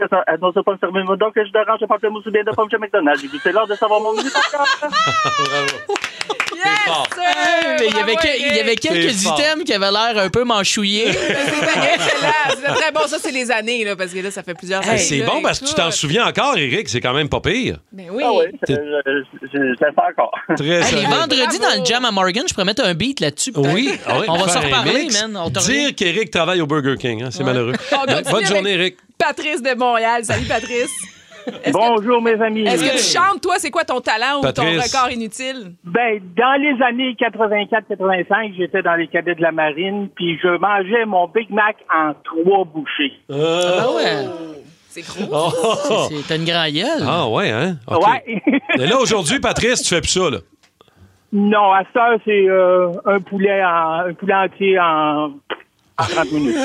[SPEAKER 17] de morceau de pomme, servez donc je d'orange, de pamplemousse ou bien de pomme chez McDonald's. J'ai dit, C'est l'heure de savoir mon menu.
[SPEAKER 1] fort.
[SPEAKER 2] Hey, mais il y avait, que- il y avait quelques
[SPEAKER 3] C'est fort.
[SPEAKER 2] items qui avaient l'air un peu manchouillés.
[SPEAKER 3] Excellent. C'est très bon. Ça, c'est les années, là, parce que là, ça fait
[SPEAKER 2] Ah,
[SPEAKER 3] plusieurs
[SPEAKER 1] Hey,
[SPEAKER 2] ben,
[SPEAKER 3] années.
[SPEAKER 1] c'est
[SPEAKER 3] là,
[SPEAKER 1] bon parce que tu
[SPEAKER 3] écoute.
[SPEAKER 1] t'en souviens encore, Éric. C'est quand même pas pire.
[SPEAKER 3] Ben
[SPEAKER 13] Ah
[SPEAKER 3] oui.
[SPEAKER 17] Je, je, je, je la fais encore.
[SPEAKER 1] Très
[SPEAKER 2] Hey, les
[SPEAKER 1] solide.
[SPEAKER 2] vendredis dans le jam à Morgan, je pourrais mettre un beat là-dessus. peut-être.
[SPEAKER 1] Oui, ah ouais,
[SPEAKER 2] on va
[SPEAKER 1] faire
[SPEAKER 2] s'en
[SPEAKER 1] un
[SPEAKER 2] reparler,
[SPEAKER 1] mix.
[SPEAKER 2] man. On te revient.
[SPEAKER 1] Dire qu'Éric travaille au Burger King, hein, c'est malheureux.
[SPEAKER 3] On Oh, continue
[SPEAKER 1] Bonne
[SPEAKER 3] avec
[SPEAKER 1] journée, Éric.
[SPEAKER 3] Patrice de Montréal. Salut, Patrice.
[SPEAKER 18] Bonjour, mes amis.
[SPEAKER 3] Est-ce que tu chantes, toi, c'est quoi ton talent ou ton
[SPEAKER 18] Patrice.
[SPEAKER 3] record inutile?
[SPEAKER 18] Ben, dans les années 84-85, j'étais dans les cadets de la marine, puis je mangeais mon Big Mac en trois bouchées.
[SPEAKER 2] Ah ouais.
[SPEAKER 3] C'est gros.
[SPEAKER 1] Oh.
[SPEAKER 2] C'est- c'est- T'as une grande gueule.
[SPEAKER 1] Ah ouais, hein? OK.
[SPEAKER 18] Ouais.
[SPEAKER 1] Mais là, aujourd'hui, Patrice, tu fais plus ça, là.
[SPEAKER 18] Non, à cette heure, c'est euh, un poulet en, un poulet entier en
[SPEAKER 5] 30 minutes.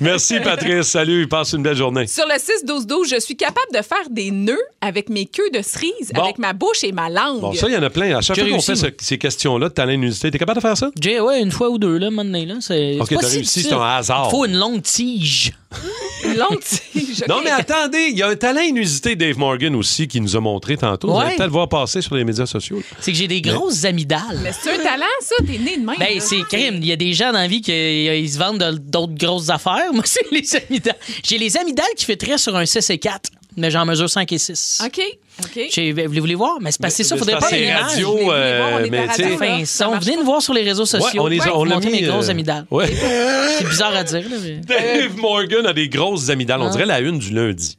[SPEAKER 1] Merci, Patrice. Salut. Passe une belle journée.
[SPEAKER 3] Sur le 6-12-12, je suis capable de faire des nœuds avec mes queues de cerise,
[SPEAKER 1] Bon.
[SPEAKER 3] avec ma bouche et ma langue.
[SPEAKER 1] Bon, ça, il y en a plein. À chaque
[SPEAKER 2] J'ai
[SPEAKER 1] fois qu'on
[SPEAKER 2] réussi,
[SPEAKER 1] fait
[SPEAKER 2] moi.
[SPEAKER 1] ce- ces questions-là de talent et d'unicité, t'es capable de faire ça?
[SPEAKER 2] J'ai, ouais, une fois ou deux, là, maintenant, là. C'est
[SPEAKER 1] Ok,
[SPEAKER 2] c'est pas
[SPEAKER 1] t'as
[SPEAKER 2] si
[SPEAKER 1] réussi,
[SPEAKER 2] difficile.
[SPEAKER 1] c'est un hasard.
[SPEAKER 2] Il faut une longue tige.
[SPEAKER 3] Une longue tige.
[SPEAKER 1] Non, mais attendez, il y a un talent inusité, Dave Morgan aussi, qui nous a montré tantôt. Vous
[SPEAKER 2] Ouais.
[SPEAKER 1] allez peut-être le voir passer sur les médias sociaux.
[SPEAKER 2] C'est que j'ai des grosses amygdales.
[SPEAKER 3] Mais c'est un talent, ça? T'es né de même?
[SPEAKER 2] Ben, c'est crime. Il y a des gens dans la vie qui euh, ils se vendent de- d'autres grosses affaires. Moi, c'est les amygdales. J'ai les amygdales qui fêteraient sur un 6 et 4, mais j'en mesure 5 et 6.
[SPEAKER 3] OK. OK.
[SPEAKER 2] J'ai- euh, Vous voulez voir? Mais c'est parce que c'est ça,
[SPEAKER 1] Mais
[SPEAKER 2] faudrait
[SPEAKER 1] c'est
[SPEAKER 2] pas
[SPEAKER 1] parce que
[SPEAKER 2] les
[SPEAKER 1] c'est radio,
[SPEAKER 2] images.
[SPEAKER 1] euh, Venez voir, on est mais à la tu sais- radio,
[SPEAKER 2] Enfin,
[SPEAKER 1] là.
[SPEAKER 2] ça, on venez nous voir sur les réseaux sociaux.
[SPEAKER 1] on les a-
[SPEAKER 2] pour
[SPEAKER 1] on l'a
[SPEAKER 2] montrer
[SPEAKER 1] mis,
[SPEAKER 2] mes grosses
[SPEAKER 1] euh,
[SPEAKER 2] amygdales.
[SPEAKER 1] ouais.
[SPEAKER 2] C'est bizarre à dire, là, mais-
[SPEAKER 1] Dave Morgan a des grosses amygdales. On
[SPEAKER 2] Ah.
[SPEAKER 1] dirait la une du lundi.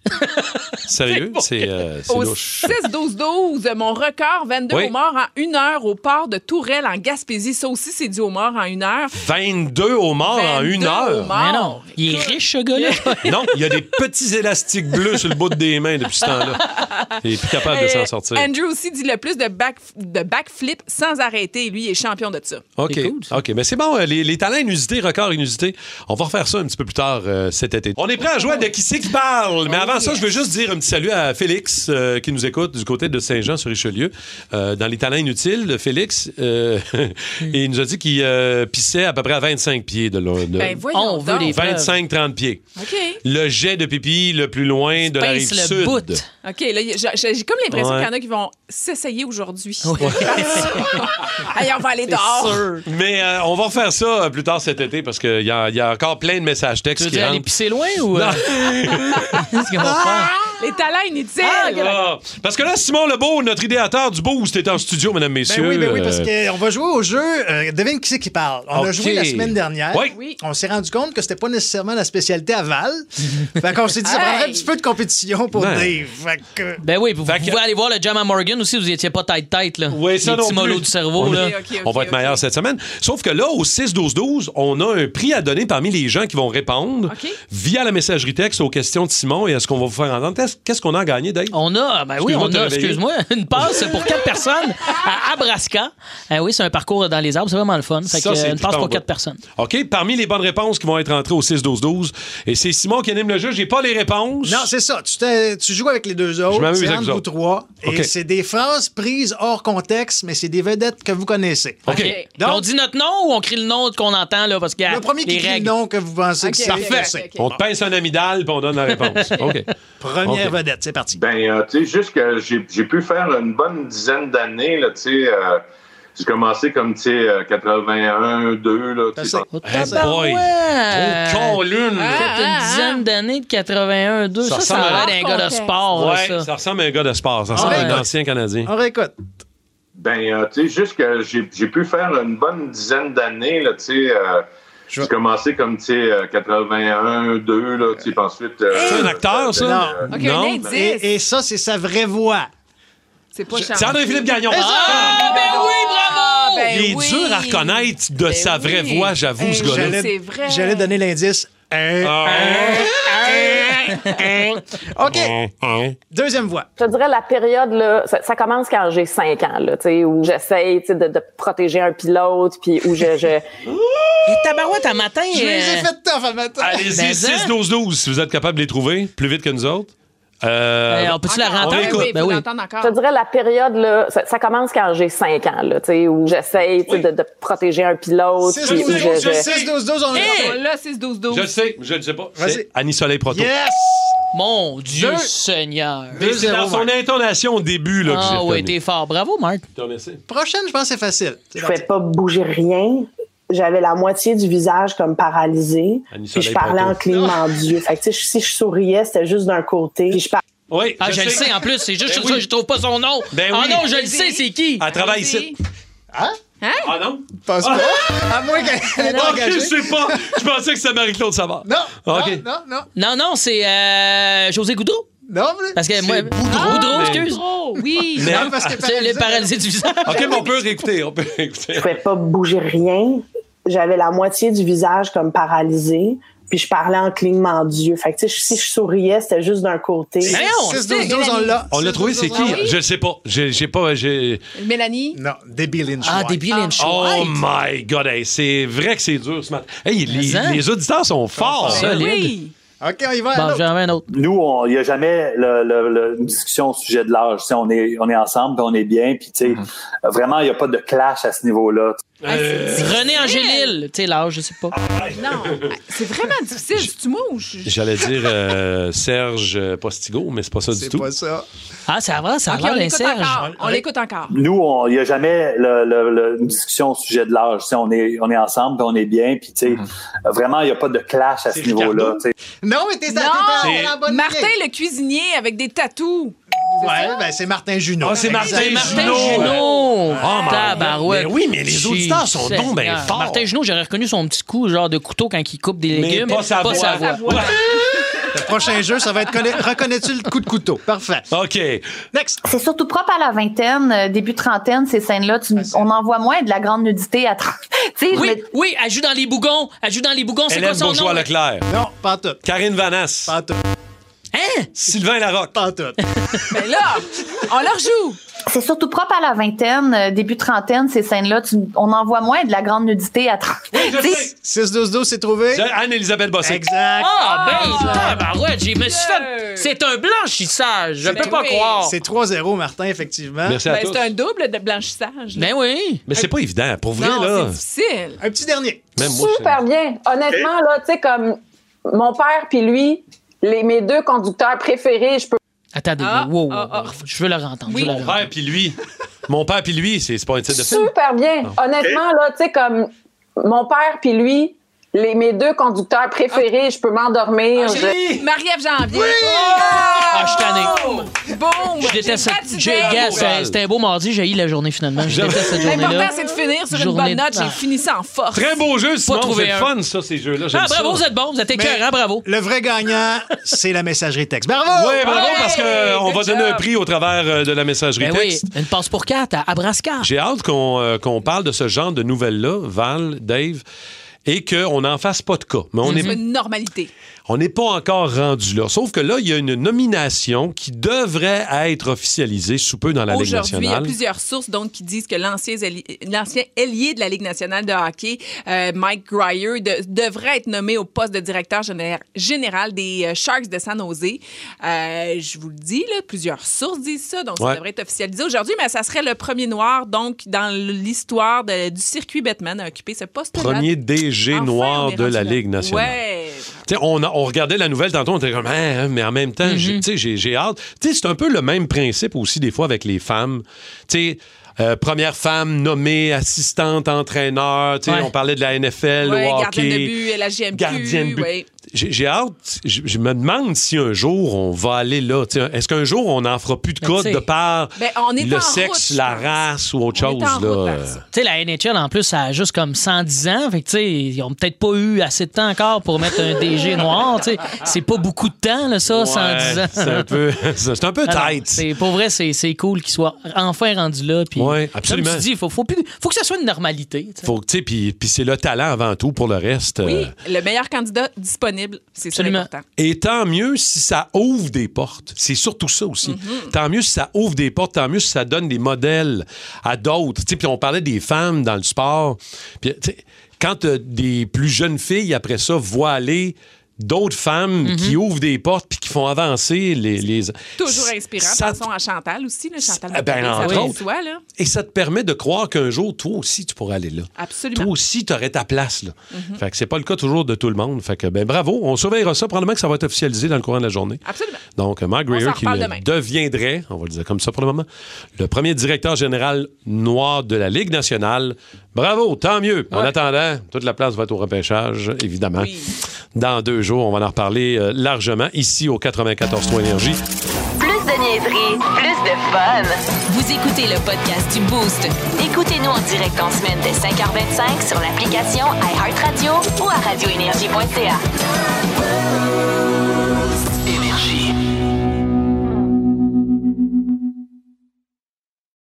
[SPEAKER 1] Sérieux? C'est euh, c'est
[SPEAKER 3] Au
[SPEAKER 1] louche.
[SPEAKER 3] 6-12-12, mon record, 22
[SPEAKER 1] Oui.
[SPEAKER 3] au mort en une heure au port de Tourelle, en Gaspésie. Ça aussi, c'est dû au mort en une heure.
[SPEAKER 1] 22 au mort en
[SPEAKER 3] 22
[SPEAKER 1] une heure.
[SPEAKER 3] au mort. Mais non,
[SPEAKER 2] il est riche, ce gars-là.
[SPEAKER 1] non, il y a des petits élastiques bleus sur le bout des mains depuis ce temps-là. Il est plus capable de
[SPEAKER 3] Euh,
[SPEAKER 1] s'en sortir.
[SPEAKER 3] Andrew aussi dit le plus de, back, de backflip sans arrêter. Lui, il est champion de ça.
[SPEAKER 1] OK. OK. Mais c'est bon, euh, les, les talents inusités, records inusités, on va refaire ça un petit peu plus tard euh, cet été. On est prêt à jouer à De qui c'est qui parle. Mais avant ça, je veux juste dire un petit salut à Félix euh, qui nous écoute du côté de Saint-Jean-sur-Richelieu. Euh, dans les talents inutiles, Félix, euh, et il nous a dit qu'il euh, pissait à peu près à 25 pieds de l'eau.
[SPEAKER 3] Ben, voyons On veut donc. les preuves.
[SPEAKER 1] 25-30 pieds.
[SPEAKER 3] OK.
[SPEAKER 1] Le jet de pipi le plus loin de la rive
[SPEAKER 3] Pince le
[SPEAKER 1] sud.
[SPEAKER 3] bout. OK, là, y- j'ai- j'ai comme l'impression
[SPEAKER 1] Ouais.
[SPEAKER 3] qu'il y en a qui vont s'essayer aujourd'hui. Allez, on va aller dehors.
[SPEAKER 1] Mais euh, on va refaire ça euh, plus tard cet été parce qu'il y, a- il y a encore plein de messages
[SPEAKER 2] Tu
[SPEAKER 1] textes
[SPEAKER 2] veux
[SPEAKER 1] qui
[SPEAKER 2] dire aller
[SPEAKER 1] rentrent.
[SPEAKER 2] pisser loin ou. euh,
[SPEAKER 1] Non.
[SPEAKER 2] Qu'est-ce qu'on va faire?
[SPEAKER 3] Ah! Les talents inutiles.
[SPEAKER 1] Ah, parce que là, Simon Lebeau, notre idéateur du Boost, est en studio, mesdames, messieurs.
[SPEAKER 19] Ben oui, ben oui, parce
[SPEAKER 1] Euh,
[SPEAKER 19] qu'on va jouer au jeu. euh, devine qui c'est qui parle. On
[SPEAKER 1] Ok.
[SPEAKER 19] a joué la semaine dernière.
[SPEAKER 1] Oui.
[SPEAKER 19] On s'est rendu compte que c'était pas nécessairement la spécialité à Val. fait qu'on s'est dit, ça prendrait un
[SPEAKER 2] Hey.
[SPEAKER 19] petit peu de compétition pour
[SPEAKER 2] Ouais.
[SPEAKER 1] Ben,
[SPEAKER 19] Dave. Fait que-
[SPEAKER 2] Ben oui, vous, vous pouvez aller voir le Jam à Morgan aussi, vous n'étiez pas tête-tête, là.
[SPEAKER 1] Oui, ça
[SPEAKER 2] Les
[SPEAKER 1] non
[SPEAKER 2] petits mollos
[SPEAKER 1] plus.
[SPEAKER 2] du cerveau,
[SPEAKER 1] on,
[SPEAKER 2] là.
[SPEAKER 1] on va être meilleur cette semaine. Sauf que là, au 6-12-12, on a un prix à donner parmi les gens qui vont répondre
[SPEAKER 2] OK.
[SPEAKER 1] via la messagerie texte aux questions de Simon et à ce qu'on va vous faire entendre. Qu'est-ce- Qu'est-ce qu'on a gagné, Dave?
[SPEAKER 2] On a, ben oui,
[SPEAKER 1] Excuse-moi
[SPEAKER 2] on
[SPEAKER 1] de te
[SPEAKER 2] a,
[SPEAKER 1] réveiller.
[SPEAKER 2] excuse-moi, une passe pour quatre personnes à Abraska. Eh oui, c'est un parcours dans les arbres, c'est vraiment le fun. Fait
[SPEAKER 1] Ça,
[SPEAKER 2] que,
[SPEAKER 1] c'est
[SPEAKER 2] une
[SPEAKER 1] tout
[SPEAKER 2] passe
[SPEAKER 1] en
[SPEAKER 2] pour
[SPEAKER 1] bas.
[SPEAKER 2] quatre personnes.
[SPEAKER 1] OK, parmi les bonnes réponses qui vont être entrées au 6-12-12, et c'est Simon qui anime le jeu, j'ai pas les réponses.
[SPEAKER 19] Non, c'est ça. Tu, t'es- tu joues avec les deux autres.
[SPEAKER 1] Je m'amuse
[SPEAKER 19] c'est
[SPEAKER 1] avec
[SPEAKER 19] entre
[SPEAKER 1] vous
[SPEAKER 19] vous
[SPEAKER 1] autres.
[SPEAKER 19] trois.
[SPEAKER 1] OK.
[SPEAKER 19] Et c'est des phrases prises hors contexte, mais c'est des vedettes que vous connaissez.
[SPEAKER 2] Donc, on dit notre nom ou on crie le nom qu'on entend, là, parce que.
[SPEAKER 19] Le premier qui crie le nom que vous pensez que c'est.
[SPEAKER 1] Parfait.
[SPEAKER 19] c'est-
[SPEAKER 1] On te pince un amidal puis on donne la réponse. OK.
[SPEAKER 19] Première
[SPEAKER 1] OK.
[SPEAKER 19] vedette, c'est parti.
[SPEAKER 20] Ben, euh, tu sais, juste que j'ai j'ai pu faire une bonne dizaine d'années, là, tu sais. euh, j'ai commencé comme, tu sais, euh, 81, 2, là, tu sais.
[SPEAKER 1] Eh
[SPEAKER 2] Ah, ouais.
[SPEAKER 1] Oh,
[SPEAKER 2] Peut-être une dizaine d'années de 81, 2. Ça, ça a l'air d'un gars de sport, là,
[SPEAKER 1] Ouais,
[SPEAKER 2] ça.
[SPEAKER 1] ressemble à un gars de sport. Ça ressemble
[SPEAKER 19] Ah,
[SPEAKER 2] Ouais.
[SPEAKER 1] à
[SPEAKER 19] ben,
[SPEAKER 1] un ancien Canadien.
[SPEAKER 2] Ah,
[SPEAKER 19] On réécoute.
[SPEAKER 20] Ben, euh, tu sais, juste que j'ai j'ai pu faire une bonne dizaine d'années, là, tu sais. euh, j'ai commencé comme, tu sais, euh, 81, 2, là, tu sais, puis ensuite... euh,
[SPEAKER 1] C'est un acteur, ça?
[SPEAKER 19] Non.
[SPEAKER 20] Ok, un Non. indice.
[SPEAKER 19] Et, et ça, c'est sa vraie voix.
[SPEAKER 3] C'est pas
[SPEAKER 1] C'est André-Philippe Gagnon.
[SPEAKER 3] Ah, ben oui,
[SPEAKER 19] Ah,
[SPEAKER 3] bravo!
[SPEAKER 19] ben
[SPEAKER 1] Il est dur à reconnaître de sa vraie voix, j'avoue, ce gars-là. Ah.
[SPEAKER 19] J'allais- J'allais donner l'indice. Hein, hein, hein, hein. OK. Deuxième voix.
[SPEAKER 21] Je te dirais la période là, ça, ça commence quand j'ai 5 ans là, tu sais, où j'essaye tu sais, de, de protéger un pilote, puis où je, je
[SPEAKER 2] Et tabarouette à matin.
[SPEAKER 19] Je les ai
[SPEAKER 2] euh,
[SPEAKER 19] fait tough à matin.
[SPEAKER 2] Ben, hein?
[SPEAKER 1] Allez-y, 6-12-12, si vous êtes capable de les trouver plus vite que nous autres. Euh,
[SPEAKER 21] Ben,
[SPEAKER 2] on peut-tu la
[SPEAKER 1] on
[SPEAKER 2] rentendre?
[SPEAKER 1] écoute.
[SPEAKER 21] Ben oui.
[SPEAKER 3] encore.
[SPEAKER 21] Je te dirais la période là, ça, ça commence quand j'ai 5 ans là, tu sais, où j'essaye tu sais, de, de protéger un pilote,
[SPEAKER 19] C'est
[SPEAKER 21] puis où je, je...
[SPEAKER 19] 6-12-12, on
[SPEAKER 3] est
[SPEAKER 19] est
[SPEAKER 3] là. 6-12-12.
[SPEAKER 1] Je le sais, je ne sais pas. C'est Annie Soleil Proto.
[SPEAKER 19] Yes!
[SPEAKER 2] Mon Dieu
[SPEAKER 1] Deux.
[SPEAKER 2] Seigneur.
[SPEAKER 1] Mais C'est dans son intonation au début là, que j'ai
[SPEAKER 2] Ah oui,
[SPEAKER 1] reconnu.
[SPEAKER 2] t'es fort. Bravo, Marc.
[SPEAKER 19] Prochaine, je pense que c'est facile.
[SPEAKER 22] Je pouvais pas bouger rien. J'avais la moitié du visage comme paralysé.
[SPEAKER 1] Annie
[SPEAKER 22] Puis je
[SPEAKER 1] Soleil
[SPEAKER 22] parlais
[SPEAKER 1] Proto.
[SPEAKER 22] en clignant d'yeux. Fait que, tu sais, si je souriais, c'était juste d'un côté. Puis je par-
[SPEAKER 1] Oui,
[SPEAKER 2] Ah, je le sais, en plus, c'est juste sur ça que je trouve pas son nom.
[SPEAKER 1] Ben
[SPEAKER 2] ah
[SPEAKER 1] oui.
[SPEAKER 2] non, je le sais, c'est qui?
[SPEAKER 1] Elle travaille ici.
[SPEAKER 19] Hein?
[SPEAKER 3] Hein?
[SPEAKER 1] Ah non?
[SPEAKER 19] Je pense
[SPEAKER 1] Ah.
[SPEAKER 19] pas. À moins qu'elle ait
[SPEAKER 1] Ah,
[SPEAKER 19] engagée.
[SPEAKER 1] je sais pas. Je pensais que c'était Marie-Claude Savard.
[SPEAKER 19] Non,
[SPEAKER 1] Ah, OK.
[SPEAKER 19] non, non.
[SPEAKER 2] Non, non, c'est euh, José Goudreau.
[SPEAKER 19] Non,
[SPEAKER 2] Parce que moi.
[SPEAKER 1] Boudreau.
[SPEAKER 2] Boudreau,
[SPEAKER 1] Mais-
[SPEAKER 2] Ben, excuse.
[SPEAKER 3] Oh, oui.
[SPEAKER 1] Mais- Non, parce que
[SPEAKER 2] C'est le paralysé du visage.
[SPEAKER 1] OK, mais on peut réécouter. On peut réécouter.
[SPEAKER 22] Je pouvais pas bouger rien. J'avais la moitié du visage comme paralysé. Puis je parlais en clignement d'yeux. Fait que, tu sais, si je souriais, c'était juste d'un côté.
[SPEAKER 1] Mais non, 6-12-12, on l'a. On l'a trouvé, c'est qui? Je le sais pas. J'ai j'ai pas. j'ai-
[SPEAKER 3] Mélanie?
[SPEAKER 19] Non, Debbie Lynch.
[SPEAKER 2] Ah,
[SPEAKER 19] White.
[SPEAKER 2] Debbie Lynch
[SPEAKER 1] Oh
[SPEAKER 2] White.
[SPEAKER 1] my God, hey, c'est vrai que c'est dur ce matin. Hey, les,
[SPEAKER 2] hein?
[SPEAKER 1] les auditeurs sont forts. hein?
[SPEAKER 2] Ben Solides. oui.
[SPEAKER 19] OK, on y
[SPEAKER 1] Ah,
[SPEAKER 19] va.
[SPEAKER 2] Bon,
[SPEAKER 19] l'autre.
[SPEAKER 2] j'en avais un autre.
[SPEAKER 7] Nous, on- il n'y a jamais le- le- le- une discussion au sujet de l'âge. Tu sais, On est, on est ensemble, puis on est bien, puis tu sais,
[SPEAKER 2] Mm-hmm.
[SPEAKER 7] vraiment, il n'y a pas de clash à ce niveau-là.
[SPEAKER 2] Ah, Euh, René Angélil, tu sais, l'âge, je sais pas.
[SPEAKER 1] Ah,
[SPEAKER 3] Non, ben, c'est vraiment difficile. C'est-tu moi ou je...
[SPEAKER 1] J'allais dire euh, Serge euh, Postigo, mais c'est pas ça du tout. C'est pas
[SPEAKER 19] ça.
[SPEAKER 2] Ah, ça va, ça
[SPEAKER 3] Ok, on l'écoute encore. On l'écoute encore.
[SPEAKER 7] Nous, on- il n'y a jamais le- le- le- une discussion au sujet de l'âge. Tu sais, On est, on est ensemble, puis on est bien, puis tu sais,
[SPEAKER 2] Mm-hmm.
[SPEAKER 7] vraiment, il n'y a pas de clash à ce niveau-là. tu sais.
[SPEAKER 19] Non, mais t'es t'es- t'es
[SPEAKER 3] Non,
[SPEAKER 19] dans la bonne
[SPEAKER 3] Martin
[SPEAKER 19] ligne.
[SPEAKER 3] le cuisinier avec des tatous.
[SPEAKER 19] Ouais, ben c'est Martin Junot.
[SPEAKER 1] Ah, c'est Martin
[SPEAKER 19] Exact.
[SPEAKER 1] Martin Junot. Junot.
[SPEAKER 19] Ah,
[SPEAKER 1] my
[SPEAKER 2] Oh, Tabarouette.
[SPEAKER 1] God. Oh, Mais oui, mais les auditeurs sont
[SPEAKER 2] Seigneur.
[SPEAKER 1] donc bien forts.
[SPEAKER 2] Martin Junot, j'aurais reconnu son petit coup, genre de couteau quand il coupe des
[SPEAKER 1] Mais
[SPEAKER 2] légumes.
[SPEAKER 1] pas sa voix.
[SPEAKER 2] voix.
[SPEAKER 19] Le prochain jeu, ça va être conna- reconnais-tu le coup de couteau? Parfait.
[SPEAKER 1] OK.
[SPEAKER 19] Next.
[SPEAKER 8] C'est surtout propre à la vingtaine, euh, début trentaine, ces scènes-là. tu- on en voit moins de la grande nudité à 30. Tu sais, je
[SPEAKER 2] Oui,
[SPEAKER 8] me-
[SPEAKER 2] oui, elle joue dans les bougons. Elle joue dans les bougons. C'est quoi
[SPEAKER 1] Hélène
[SPEAKER 2] son nom?
[SPEAKER 1] Bourgeois-Leclerc.
[SPEAKER 19] Non, pas tout.
[SPEAKER 1] Karine Vanasse. Pas
[SPEAKER 19] tout.
[SPEAKER 2] Hein?
[SPEAKER 1] Sylvain Larocque.
[SPEAKER 19] Pas tout.
[SPEAKER 3] Mais là, on leur joue.
[SPEAKER 8] C'est surtout propre à la vingtaine, euh, début trentaine, ces scènes-là. tu- on en voit moins de la grande nudité à 30. Tu sais,
[SPEAKER 19] 6-12-12, c'est trouvé?
[SPEAKER 1] Anne-Elisabeth Bossé.
[SPEAKER 19] Exact.
[SPEAKER 2] Ah, ben, tabarouette, j'ai me suis fait. C'est un blanchissage, je peux pas croire.
[SPEAKER 19] C'est 3-0, Martin, effectivement.
[SPEAKER 1] Merci à
[SPEAKER 3] Ben,
[SPEAKER 1] tous.
[SPEAKER 3] c'est un double de blanchissage. là.
[SPEAKER 2] Ben oui.
[SPEAKER 1] Mais c'est pas évident. Pour vrai,
[SPEAKER 3] Non,
[SPEAKER 1] là.
[SPEAKER 3] c'est difficile.
[SPEAKER 19] Un petit dernier.
[SPEAKER 1] Ah. Même moi, je-
[SPEAKER 21] Super bien. Honnêtement, là, tu sais, comme mon père puis lui, les, mes deux conducteurs préférés, je peux.
[SPEAKER 2] Attendez, wow, wow, wow. je veux le entendre. Je veux le
[SPEAKER 1] Mon père puis lui. Mon père puis lui, c'est c'est pas un titre de film.
[SPEAKER 21] Super bien.
[SPEAKER 2] Ah.
[SPEAKER 21] Honnêtement, là, tu sais, comme mon père puis lui, les, mes deux conducteurs préférés, je peux m'endormir. je-
[SPEAKER 3] Marie-Ève Janvier.
[SPEAKER 2] Ah, je suis tanné.
[SPEAKER 3] Boum!
[SPEAKER 2] Je déteste
[SPEAKER 3] J'ai
[SPEAKER 2] ça.
[SPEAKER 3] pas d'idée.
[SPEAKER 2] C'était un beau mardi, j'ai eu la journée finalement. Je déteste cette journée-là.
[SPEAKER 3] L'important, c'est de finir sur une
[SPEAKER 2] Journée
[SPEAKER 3] bonne
[SPEAKER 2] de
[SPEAKER 3] note. J'ai
[SPEAKER 2] marde.
[SPEAKER 3] fini ça en force.
[SPEAKER 1] Très beau jeu, Simon.
[SPEAKER 2] trouvé
[SPEAKER 1] C'est le
[SPEAKER 2] un.
[SPEAKER 1] fun, ça, ces jeux-là. J'aime
[SPEAKER 2] Ah, bravo,
[SPEAKER 1] ça.
[SPEAKER 2] vous êtes bon, vous êtes écœurant, bravo.
[SPEAKER 19] Le vrai gagnant, c'est la messagerie texte. Bravo!
[SPEAKER 1] Oui, bravo, parce qu'on
[SPEAKER 2] good
[SPEAKER 1] va donner
[SPEAKER 2] job.
[SPEAKER 1] un prix au travers euh, de la messagerie
[SPEAKER 2] Ben oui, Ah.
[SPEAKER 1] texte.
[SPEAKER 2] une passe pour quatre à Abrascar.
[SPEAKER 1] J'ai hâte qu'on euh, qu'on parle de ce genre de nouvelles-là, Val, Dave, et qu'on n'en fasse pas de cas. Mais on
[SPEAKER 3] C'est
[SPEAKER 2] Mm-hmm.
[SPEAKER 1] n'est
[SPEAKER 3] une normalité.
[SPEAKER 1] on n'est pas encore rendu là. Sauf que là, il y a une nomination qui devrait être officialisée sous peu dans la Ligue
[SPEAKER 3] Aujourd'hui, il y a
[SPEAKER 1] nationale.
[SPEAKER 3] plusieurs sources donc qui disent que l'ancien aili- l'ancien ailier de la Ligue nationale de hockey, euh, Mike Grier, de- devrait être nommé au poste de directeur géné- général des euh, Sharks de San Jose. Euh, je vous le dis, là, plusieurs sources disent ça, donc
[SPEAKER 1] Ouais.
[SPEAKER 3] ça devrait être officialisé aujourd'hui, mais ça serait le premier noir donc dans l'histoire de- du circuit Batman à occuper ce poste-là.
[SPEAKER 1] Premier DG
[SPEAKER 3] Enfin, on
[SPEAKER 1] noir
[SPEAKER 3] est
[SPEAKER 1] de
[SPEAKER 3] rendu
[SPEAKER 1] la
[SPEAKER 3] là.
[SPEAKER 1] Ligue nationale.
[SPEAKER 3] Ouais.
[SPEAKER 1] Tu sais, On, a- on regardait la nouvelle tantôt, on était comme, Hein, hein, mais en même temps,
[SPEAKER 3] Mhm.
[SPEAKER 1] j'ai- tu sais, j'ai j'ai hâte. Tu sais, C'est un peu le même principe aussi, des fois, avec les femmes. Tu sais, euh, première femme nommée assistante entraîneur, Tu sais,
[SPEAKER 3] Ouais.
[SPEAKER 1] on parlait de la NFL,
[SPEAKER 3] Ouais,
[SPEAKER 1] au
[SPEAKER 3] gardienne de
[SPEAKER 1] hockey.
[SPEAKER 3] but, la GMQ.
[SPEAKER 1] gardienne de but.
[SPEAKER 3] ouais.
[SPEAKER 1] J'ai j'ai hâte, je, je me demande si un jour on va aller là. Tu sais, Est-ce qu'un jour on n'en fera plus de
[SPEAKER 2] Ben,
[SPEAKER 1] cas
[SPEAKER 2] tu sais,
[SPEAKER 1] de par
[SPEAKER 3] ben, on est en
[SPEAKER 1] le
[SPEAKER 3] route,
[SPEAKER 1] sexe,
[SPEAKER 3] je
[SPEAKER 1] la
[SPEAKER 3] pense.
[SPEAKER 1] race ou autre
[SPEAKER 3] On
[SPEAKER 1] chose?
[SPEAKER 3] est en route
[SPEAKER 1] là.
[SPEAKER 3] vers ça.
[SPEAKER 2] Tu sais, la NHL, en plus, ça a juste comme 110 ans. Fait que, tu sais, ils ont peut-être pas eu assez de temps encore pour mettre un DG noir. Tu sais, c'est pas beaucoup de temps, là, ça,
[SPEAKER 1] Ouais,
[SPEAKER 2] 110 ans.
[SPEAKER 1] C'est un peu, c'est un peu
[SPEAKER 2] Ah non,
[SPEAKER 1] tight.
[SPEAKER 2] c'est- Pour vrai, c'est c'est cool qu'il soit enfin rendu là. Puis,
[SPEAKER 1] Ouais, absolument.
[SPEAKER 2] Comme tu dis, faut, faut, plus- faut que ça soit une normalité. tu sais.
[SPEAKER 1] Faut que, tu sais, puis puis c'est le talent avant tout pour le reste.
[SPEAKER 3] Oui,
[SPEAKER 1] euh,
[SPEAKER 3] le meilleur candidat disponible, c'est ça l'important.
[SPEAKER 1] Et tant mieux si ça ouvre des portes. C'est surtout ça aussi. Tant mieux si ça ouvre des portes, tant mieux si ça donne des modèles à d'autres. Tu sais, Puis on parlait des femmes dans le sport. Puis, tu sais, quand euh, des plus jeunes filles, après ça, voient aller d'autres femmes qui ouvrent des portes puis qui font avancer les... les-
[SPEAKER 3] Toujours inspirant.
[SPEAKER 1] Ça-
[SPEAKER 3] Pensons à Chantal aussi, là, Chantal.
[SPEAKER 1] Ah, ben,
[SPEAKER 3] Maccabée,
[SPEAKER 1] entre
[SPEAKER 3] ça va de
[SPEAKER 1] autres.
[SPEAKER 3] soi, là.
[SPEAKER 1] Et ça te permet de croire qu'un jour, toi aussi, tu pourras aller là.
[SPEAKER 3] Absolument. Mhm.
[SPEAKER 1] Toi aussi, tu aurais ta place. Là. Fait que c'est pas le cas toujours de tout le monde. Fait que, ben, bravo. On surveillera ça. Probablement que ça va être officialisé dans le courant de la journée.
[SPEAKER 3] Absolument.
[SPEAKER 1] Donc, Mark
[SPEAKER 3] On
[SPEAKER 1] Greer
[SPEAKER 3] s'en
[SPEAKER 1] qui
[SPEAKER 3] reparle demain.
[SPEAKER 1] deviendrait, on va le dire comme ça pour le moment, le premier directeur général noir de la Ligue nationale. Bravo, tant mieux. En attendant, toute la place va être au repêchage, évidemment. Dans deux jours, on va en reparler euh, largement ici au 94.3 Énergie.
[SPEAKER 6] Plus de niaiserie, plus de fun. Vous écoutez le podcast du Boost. Écoutez-nous en direct en semaine dès 5h25 sur l'application iHeartRadio ou à radioénergie.ca.